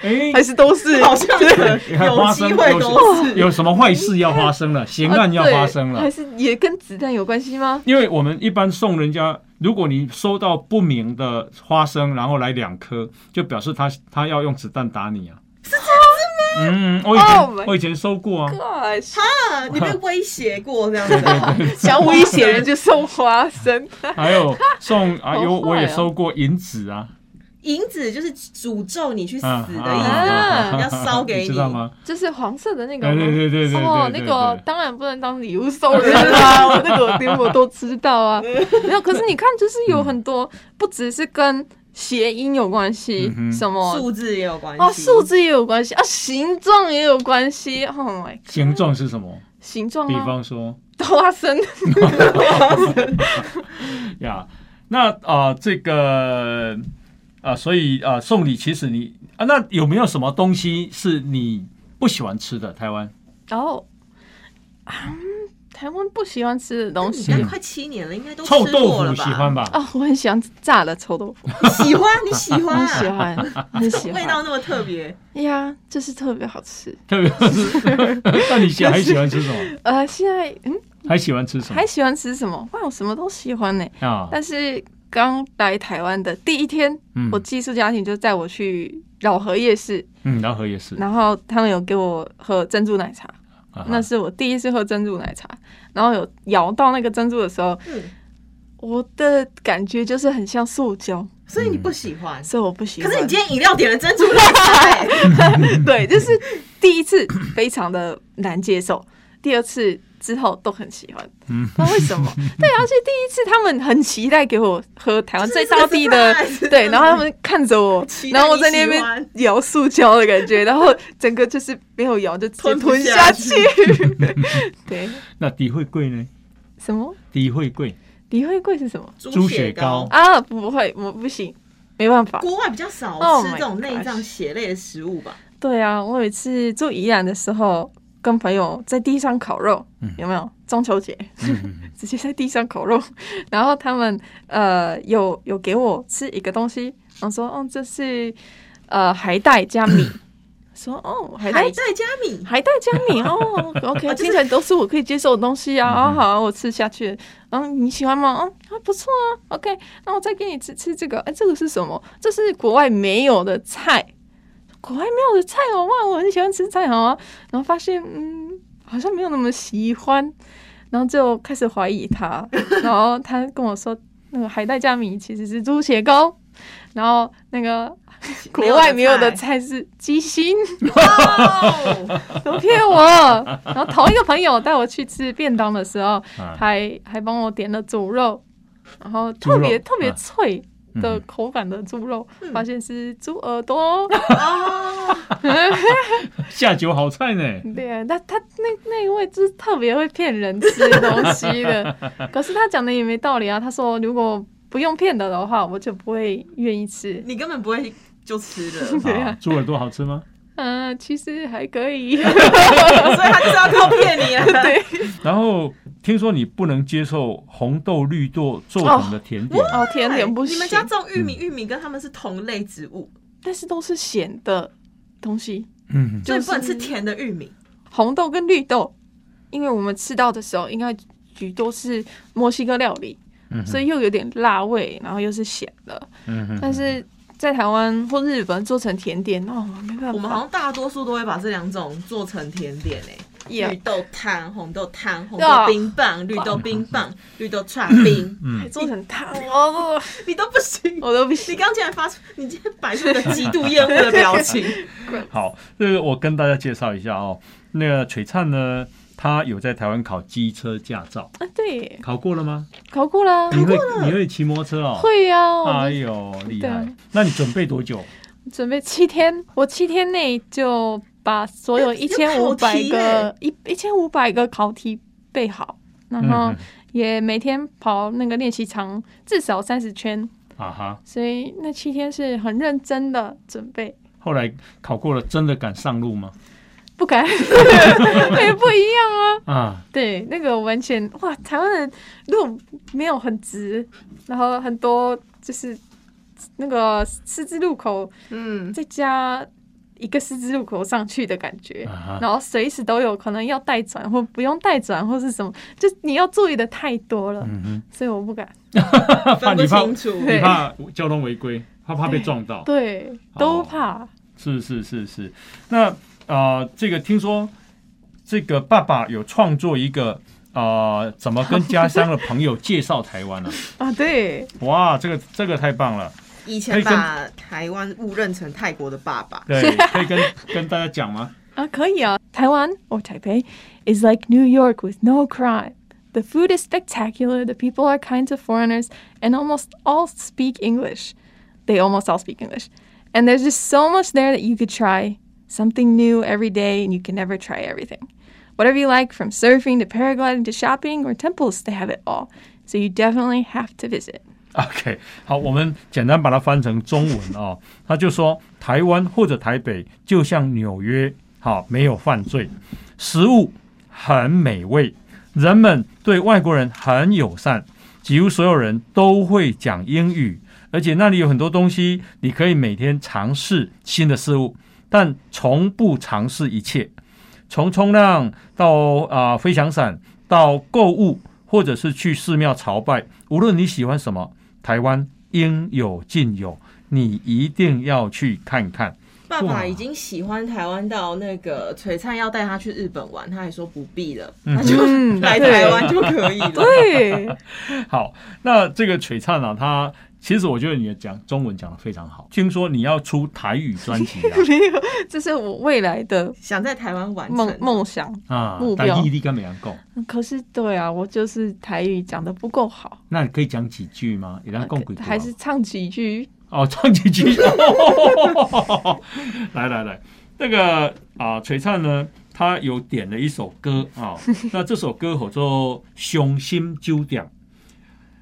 Speaker 1: 哎、
Speaker 2: [laughs] 还是都是
Speaker 3: 好像
Speaker 1: 对你看
Speaker 3: 有
Speaker 1: 花
Speaker 3: 机
Speaker 1: 生
Speaker 3: 会都是
Speaker 1: 有什么坏事要发生了，刑案要发生
Speaker 2: 啊对还
Speaker 1: 了。
Speaker 2: 是也跟子弹有关系吗？
Speaker 1: 因为我们一般送人家，如果你收到不明的花生，然后来两颗，就表示他他要用子弹打你啊。是这样子吗？嗯，我以前、
Speaker 2: Oh my
Speaker 1: 我以前收过啊。
Speaker 2: Gosh，
Speaker 3: 啊，你被威胁过这样子，哦
Speaker 2: 想威胁人就送花生，
Speaker 1: 还有送啊，
Speaker 2: 好
Speaker 1: 有、我也
Speaker 2: 坏哦
Speaker 1: 收过银子啊，
Speaker 3: [laughs] 银子就是诅咒你去死
Speaker 1: 啊
Speaker 3: 的意思，
Speaker 2: 啊
Speaker 3: 要烧给
Speaker 1: 你知道吗？
Speaker 2: [laughs] 就是黄色的那个
Speaker 1: 对
Speaker 2: 吗。
Speaker 1: 对对对对
Speaker 2: 哦，
Speaker 1: 对
Speaker 2: 那
Speaker 1: 对
Speaker 2: 个
Speaker 1: 对
Speaker 2: 当然不能当礼物送人 [laughs] 啦、我那个连我都知道啊。没有，可是你看，就是有很多不只是跟谐音有关系
Speaker 1: 嗯，哼
Speaker 2: 什么
Speaker 3: 数字也有关系
Speaker 2: 啊数字也有关系啊，形状也有关系。Oh my，
Speaker 1: 形状是什么？
Speaker 2: 形状啊
Speaker 1: 比
Speaker 2: 吗？
Speaker 1: 方说
Speaker 2: [laughs] 花生，
Speaker 1: 呀，那啊、这个啊、所以啊、送礼其实你啊，那有没有什么东西是你不喜欢吃的？台湾
Speaker 2: 然后啊，台湾不喜欢吃的东
Speaker 3: 你
Speaker 2: 西
Speaker 3: 看快七年了，应该都
Speaker 1: 嗯
Speaker 3: 吃
Speaker 1: 臭豆
Speaker 3: 过了
Speaker 1: 腐
Speaker 3: 吧？
Speaker 1: 喜欢吧？
Speaker 2: 啊，我很喜欢炸的臭豆腐，
Speaker 3: 你喜欢，你喜欢
Speaker 2: 很 [laughs] 喜
Speaker 3: 啊，
Speaker 2: 欢，很喜
Speaker 3: 味
Speaker 2: 欢
Speaker 3: 道那么特别，
Speaker 2: 呀，就是特别好吃。
Speaker 1: 特别是， [laughs] 那你喜还喜欢吃什
Speaker 2: [laughs]
Speaker 1: 么？
Speaker 2: 呃，现在嗯，
Speaker 1: 还喜欢吃什么
Speaker 2: 还？喜欢吃什么？哇，我什么都喜欢呢、
Speaker 1: 啊，
Speaker 2: 但是刚来台湾的第一天，
Speaker 1: 嗯
Speaker 2: 我寄宿家庭就带我去饶河夜市，
Speaker 1: 嗯，饶河也是，
Speaker 2: 然后他们有给我喝珍珠奶茶，
Speaker 1: 啊
Speaker 2: 那是我第一次喝珍珠奶茶。然后有摇到那个珍珠的时候，
Speaker 3: 嗯，
Speaker 2: 我的感觉就是很像塑胶，
Speaker 3: 所以你不喜欢。
Speaker 2: 所以我不喜
Speaker 3: 嗯可
Speaker 2: 欢。
Speaker 3: 是你今天饮料点了珍珠奶
Speaker 2: [laughs]
Speaker 3: 茶、欸，
Speaker 2: 对，就是
Speaker 3: 嗯
Speaker 2: 第一次非常的难接受，第二次之后都很喜欢。
Speaker 1: 嗯
Speaker 2: 那为
Speaker 3: [laughs]
Speaker 2: 什么？对，而且第一次他们很期待给我喝台湾
Speaker 3: 就
Speaker 2: 最
Speaker 3: 是一个
Speaker 2: 道地的
Speaker 3: surprise，
Speaker 2: 对，然后他们看着我
Speaker 3: 期，待
Speaker 2: 然后我
Speaker 3: 你
Speaker 2: 在那
Speaker 3: 喜
Speaker 2: 边
Speaker 3: 欢
Speaker 2: 摇塑胶的感觉，然后整个就是没有摇就直接
Speaker 3: 吞不
Speaker 2: 吞
Speaker 3: 下
Speaker 2: 去。 [laughs] 对，
Speaker 1: [laughs] 那底会贵呢？
Speaker 2: 什么？
Speaker 1: 底会
Speaker 2: [laughs]
Speaker 1: 贵，
Speaker 2: 李慧贵是什么
Speaker 1: 猪血糕
Speaker 2: 啊？不会，我不行，没办法。
Speaker 3: 国外比较少
Speaker 2: Oh
Speaker 3: 吃
Speaker 2: my
Speaker 3: 这种内
Speaker 2: gosh
Speaker 3: 脏血类的食物吧？
Speaker 2: 对啊，我有一次住宜兰的时候，跟朋友在地上烤肉，有没有？中秋节、 [laughs]
Speaker 1: 嗯
Speaker 2: 直接在地上烤肉， [laughs] 然后他们呃有有给我吃一个东西，然后说，哦，这是呃海带加米， [coughs] 说哦海带
Speaker 3: 海带加
Speaker 2: [laughs]
Speaker 3: 米，
Speaker 2: 海带加米 [laughs] 哦，OK，听起来都是我可以接受的东西啊。啊、好，我吃下去了。嗯，你喜欢吗？嗯，啊，不错啊。OK，那我再给你吃吃这个。哎，这个是什么？这是国外没有的菜，国外没有的菜哦。哇，我很喜欢吃菜哦。然后发现，嗯，好像没有那么喜欢，然后就开始怀
Speaker 1: [laughs]
Speaker 2: 疑他。然后他跟我说，那个海带加米其实是猪血糕，然后那
Speaker 1: [laughs]
Speaker 2: 个国外没有的菜是鸡心。
Speaker 3: 哦，
Speaker 2: 怎么骗我？然后同一个朋友带我去吃便当的时候，
Speaker 1: 啊
Speaker 2: 还还帮我点了猪肉，然后
Speaker 1: 猪肉
Speaker 2: 特别特别
Speaker 1: 啊
Speaker 2: 脆的
Speaker 1: 嗯
Speaker 2: 口感的猪肉，
Speaker 3: 嗯
Speaker 2: 发现是猪耳朵。
Speaker 3: 哦，
Speaker 1: 下酒好菜呢。
Speaker 2: 对啊，那他那那一位就是特别会骗人吃东西的， [laughs] 可是他讲的也没道理啊。他说如果不用骗的的话，我就不会愿意吃。
Speaker 3: 你根本不会就吃 [laughs]
Speaker 2: [laughs]
Speaker 3: 了，
Speaker 2: 对
Speaker 1: 啊
Speaker 2: 啊
Speaker 1: 猪耳朵好吃吗？
Speaker 2: 嗯、其实还可 [laughs] 以。哦
Speaker 3: 所以他就是要靠
Speaker 2: [laughs]
Speaker 3: 骗你啊。对，
Speaker 1: 然后听说你不能接受红豆绿豆做成的甜点，
Speaker 2: 哦，甜点不行，嗯
Speaker 3: 哎你们家种玉米，玉米跟他们是同类植物，
Speaker 2: 但是都是咸的东西。
Speaker 1: 嗯，
Speaker 3: 所
Speaker 2: 就
Speaker 3: 以
Speaker 2: 是
Speaker 3: 不能吃甜的玉米。
Speaker 2: 红豆跟绿豆，因为我们吃到的时候应该许多是墨西哥料理，
Speaker 1: 嗯哼
Speaker 2: 所以又有点辣味，然后又是咸的。
Speaker 1: 嗯哼
Speaker 2: 但是在台湾或日本做成甜点，哦，没办法，
Speaker 3: 我们好像大多数都会把这两种做成甜点诶、
Speaker 2: 也
Speaker 3: 绿豆汤、红豆汤、红
Speaker 2: 啊嗯
Speaker 3: 豆冰棒、绿豆冰棒、绿豆串冰，
Speaker 2: 还做成汤，哦，
Speaker 3: 你都不行。
Speaker 2: [laughs] 我都不
Speaker 3: 你
Speaker 2: 行。
Speaker 3: 刚竟然发出，
Speaker 2: [laughs]
Speaker 3: 你今天摆出一个极度厌恶的表情，
Speaker 1: 好，这个我跟大家介绍一下哦。那个璀璨呢，他有在台湾考机车驾照，
Speaker 2: 啊，对耶，
Speaker 1: 考过了吗？
Speaker 2: 考过啦，
Speaker 1: 你会你会骑摩托车哦？
Speaker 2: 会呀、我
Speaker 1: 哎呦，厉
Speaker 2: 对
Speaker 1: 害
Speaker 2: 啊！
Speaker 1: 那你准备多久？
Speaker 2: 准备七天，我七天内就把所有一千五百
Speaker 3: 有考
Speaker 2: 个一一千五百个考题背好，然后
Speaker 1: 嗯
Speaker 2: 也每天跑那个练习场至少三十圈，
Speaker 1: 啊哈，
Speaker 2: 所以那七天是很认真的准备，
Speaker 1: 后来考过了，真的敢上路
Speaker 2: [laughs]
Speaker 1: 吗？[laughs]
Speaker 2: 不敢，也不一样啊。
Speaker 1: 啊，
Speaker 2: 对，那个完全哇，台湾的路没有很直，然后很多就是那个十字路口
Speaker 3: 嗯，
Speaker 2: 再加一个十字路口上去的感觉，
Speaker 1: 啊哈
Speaker 2: 然后随时都有可能要带转或不用带转或是什么，就你要注意的太多了，
Speaker 1: 嗯
Speaker 2: 所以我不敢。
Speaker 1: 哼，怕
Speaker 3: 分不
Speaker 1: 你怕
Speaker 3: 清楚。
Speaker 1: 你
Speaker 2: 对
Speaker 1: 怕交通违规，怕怕被撞到，
Speaker 2: 对，
Speaker 1: 哦
Speaker 2: 都怕。
Speaker 1: 是是是是。那啊、呃这个听说这个爸爸有创作一个啊、呃怎么跟家乡的朋友介绍台湾呢、
Speaker 2: 啊，对，
Speaker 1: 哇，这个这个太棒了，
Speaker 3: 以
Speaker 1: 可以
Speaker 3: 前
Speaker 1: 跟
Speaker 3: 把台湾误认成泰国的爸爸，
Speaker 2: [laughs]
Speaker 1: 对，可以跟跟大家讲吗？
Speaker 2: 啊，可以啊。台湾 Ah, or Taipei is like New York with no crime. The food is spectacular, the people are kind to foreigners, and almost all speak English. They almost all speak English. And there's just so much there that you could try. Something new every day, and you can never try everything. Whatever you like, from surfing to paragliding to shopping or temples, they have it all. So you definitely have to [laughs] visit.
Speaker 1: [laughs] OK，好，我们简单把它翻成中文啊、他就说台湾或者台北就像纽约，好，没有犯罪，食物很美味，人们对外国人很友善，几乎所有人都会讲英语，而且那里有很多东西，你可以每天尝试新的事物，但从不尝试一切，从冲浪到啊、飞翔伞到购物。或者是去寺庙朝拜，无论你喜欢什么，台湾应有尽有，你一定要去看看。
Speaker 3: 爸
Speaker 1: 哇
Speaker 3: 爸已经喜欢台湾到那个璀璨要带他去日本玩，他还说不必了，
Speaker 1: 嗯
Speaker 3: 他就
Speaker 2: 嗯
Speaker 3: 来台湾就可以了。
Speaker 2: 对，
Speaker 1: 好，那这个璀璨啊，他其实我觉得你的讲中文讲的非常好。听说你要出台语专辑
Speaker 2: 没有， [laughs] 这是我未来的
Speaker 3: 想在台湾完
Speaker 2: 梦
Speaker 3: 成，
Speaker 2: 梦想。
Speaker 1: 啊，啊
Speaker 2: [laughs] 目，标
Speaker 1: 但异地跟美洋够，
Speaker 2: 可是对啊，我就是台语讲的不够好，
Speaker 1: 那你可以讲几句吗？也让共啊鬼
Speaker 2: 呃还是唱几句。
Speaker 1: 哦，唱几句。哦 [laughs] 来来来，那个啊，璀璨呢，他有点了一首歌
Speaker 2: [laughs]
Speaker 1: 啊、那这首歌叫做《雄心九点》。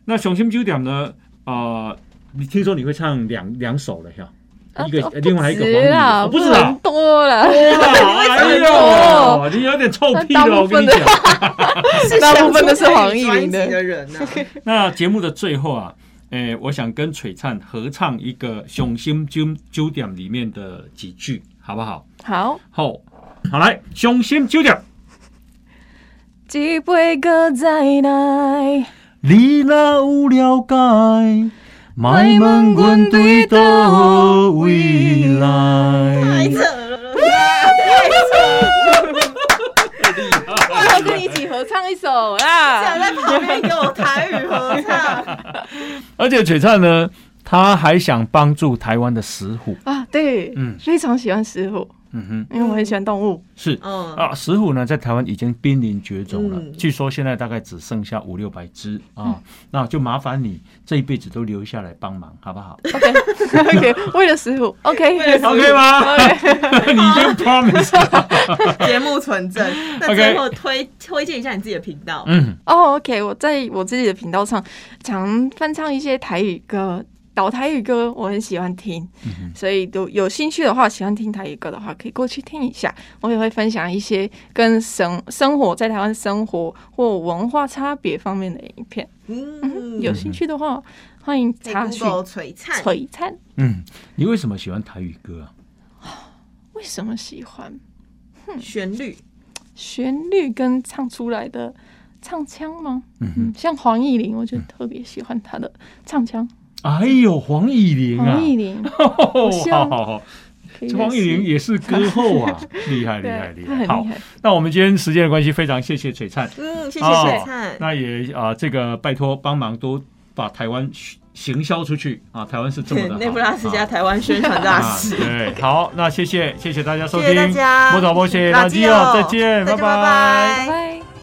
Speaker 1: 那《雄心九点》呢，啊、你听说你会唱两两首了呀？一个
Speaker 2: 啊不
Speaker 1: 另外一个
Speaker 2: 止啊
Speaker 1: 黄哦龄，我
Speaker 2: 啦，
Speaker 1: 不知道
Speaker 2: 能。多了，
Speaker 1: 啊
Speaker 2: 啊
Speaker 1: 哎呦，你有点臭屁了，我跟你讲。
Speaker 3: 是
Speaker 2: [laughs] 大
Speaker 3: 想
Speaker 2: 部分都是
Speaker 3: 出台语
Speaker 2: 黄义
Speaker 3: 专
Speaker 2: 玲
Speaker 3: 辑
Speaker 2: 的
Speaker 3: 的人啊。
Speaker 1: 那节目的最后啊，诶、我想跟璀璨合唱一个《雄心九九点》里面的几句，好不好？
Speaker 2: 好。
Speaker 1: 好，好来，《雄心九点》，
Speaker 2: 一杯搁再来，
Speaker 1: 你若有了解，莫问阮对倒位来。
Speaker 2: [laughs] 我要跟你一起合唱一首 [laughs] 啦。
Speaker 3: 在旁边给我台语合唱，
Speaker 1: 而且璀璨呢，他还想帮助台湾的石虎。
Speaker 2: 啊，对，
Speaker 1: 嗯
Speaker 2: 非常喜欢石虎，
Speaker 1: 嗯哼，
Speaker 2: 因为我很喜欢动物。
Speaker 1: 是。
Speaker 3: 嗯，
Speaker 1: 啊，石虎呢，在台湾已经濒临绝种了，
Speaker 3: 嗯
Speaker 1: 据说现在大概只剩下五六百只啊。那就麻烦你这一辈子都留下来帮忙，好不 [laughs] 好
Speaker 2: OK [laughs] OK，为嗯了石虎，OK
Speaker 1: ？OK 吗？ [laughs] 你已经 promise 了。
Speaker 3: 节目纯正。那
Speaker 1: OK
Speaker 3: 最后推推荐一下你自己的频道，
Speaker 1: [laughs] 嗯，
Speaker 2: 哦、o k 我在我自己的频道上常翻唱一些台语歌，老台语歌我很喜欢听，
Speaker 1: 嗯
Speaker 2: 所以有有兴趣的话，喜欢听台语歌的话，可以过去听一下。我也会分享一些跟生生活在台湾生活或文化差别方面的影片。
Speaker 3: 嗯，
Speaker 2: 有兴趣的话，欢迎查询
Speaker 3: Google 璀璨，
Speaker 2: 璀璨。
Speaker 1: 嗯，你为什么喜欢台语歌啊？
Speaker 2: 为什么喜欢
Speaker 3: 旋律
Speaker 2: 旋律跟唱出来的唱腔吗？
Speaker 1: 嗯哼
Speaker 2: 嗯，像黄义玲，我就特别喜欢她的唱腔。
Speaker 1: 哎呦，黄以玲啊，
Speaker 2: 黄义玲，
Speaker 1: [laughs] 哦
Speaker 2: 希
Speaker 1: 好
Speaker 2: 望
Speaker 1: 好好，
Speaker 2: 可以
Speaker 1: 黄以玲
Speaker 2: 认识
Speaker 1: 也是歌后啊，厉害厉
Speaker 2: [laughs] 对
Speaker 1: 害厉
Speaker 2: 他
Speaker 1: 害。
Speaker 2: 很
Speaker 1: 好
Speaker 2: 厉，害。
Speaker 1: 那我们今天时间的关系，非常谢谢璀璨。
Speaker 3: 嗯，谢谢
Speaker 1: 哦
Speaker 3: 璀璨。
Speaker 1: 那也啊、这个拜托帮忙多把台湾行销出去啊，台湾是这么的好。
Speaker 6: 内布拉斯加
Speaker 1: 啊
Speaker 6: 台湾宣传大
Speaker 1: 啊，
Speaker 6: 使。
Speaker 1: 对，好，那谢谢谢谢大家收听，
Speaker 7: 谢谢大家
Speaker 1: 波导波谢，
Speaker 7: 拉
Speaker 1: 拉基
Speaker 7: 基
Speaker 1: 奥，
Speaker 7: 奥
Speaker 1: 再见，
Speaker 7: 大家拜拜
Speaker 2: 拜拜。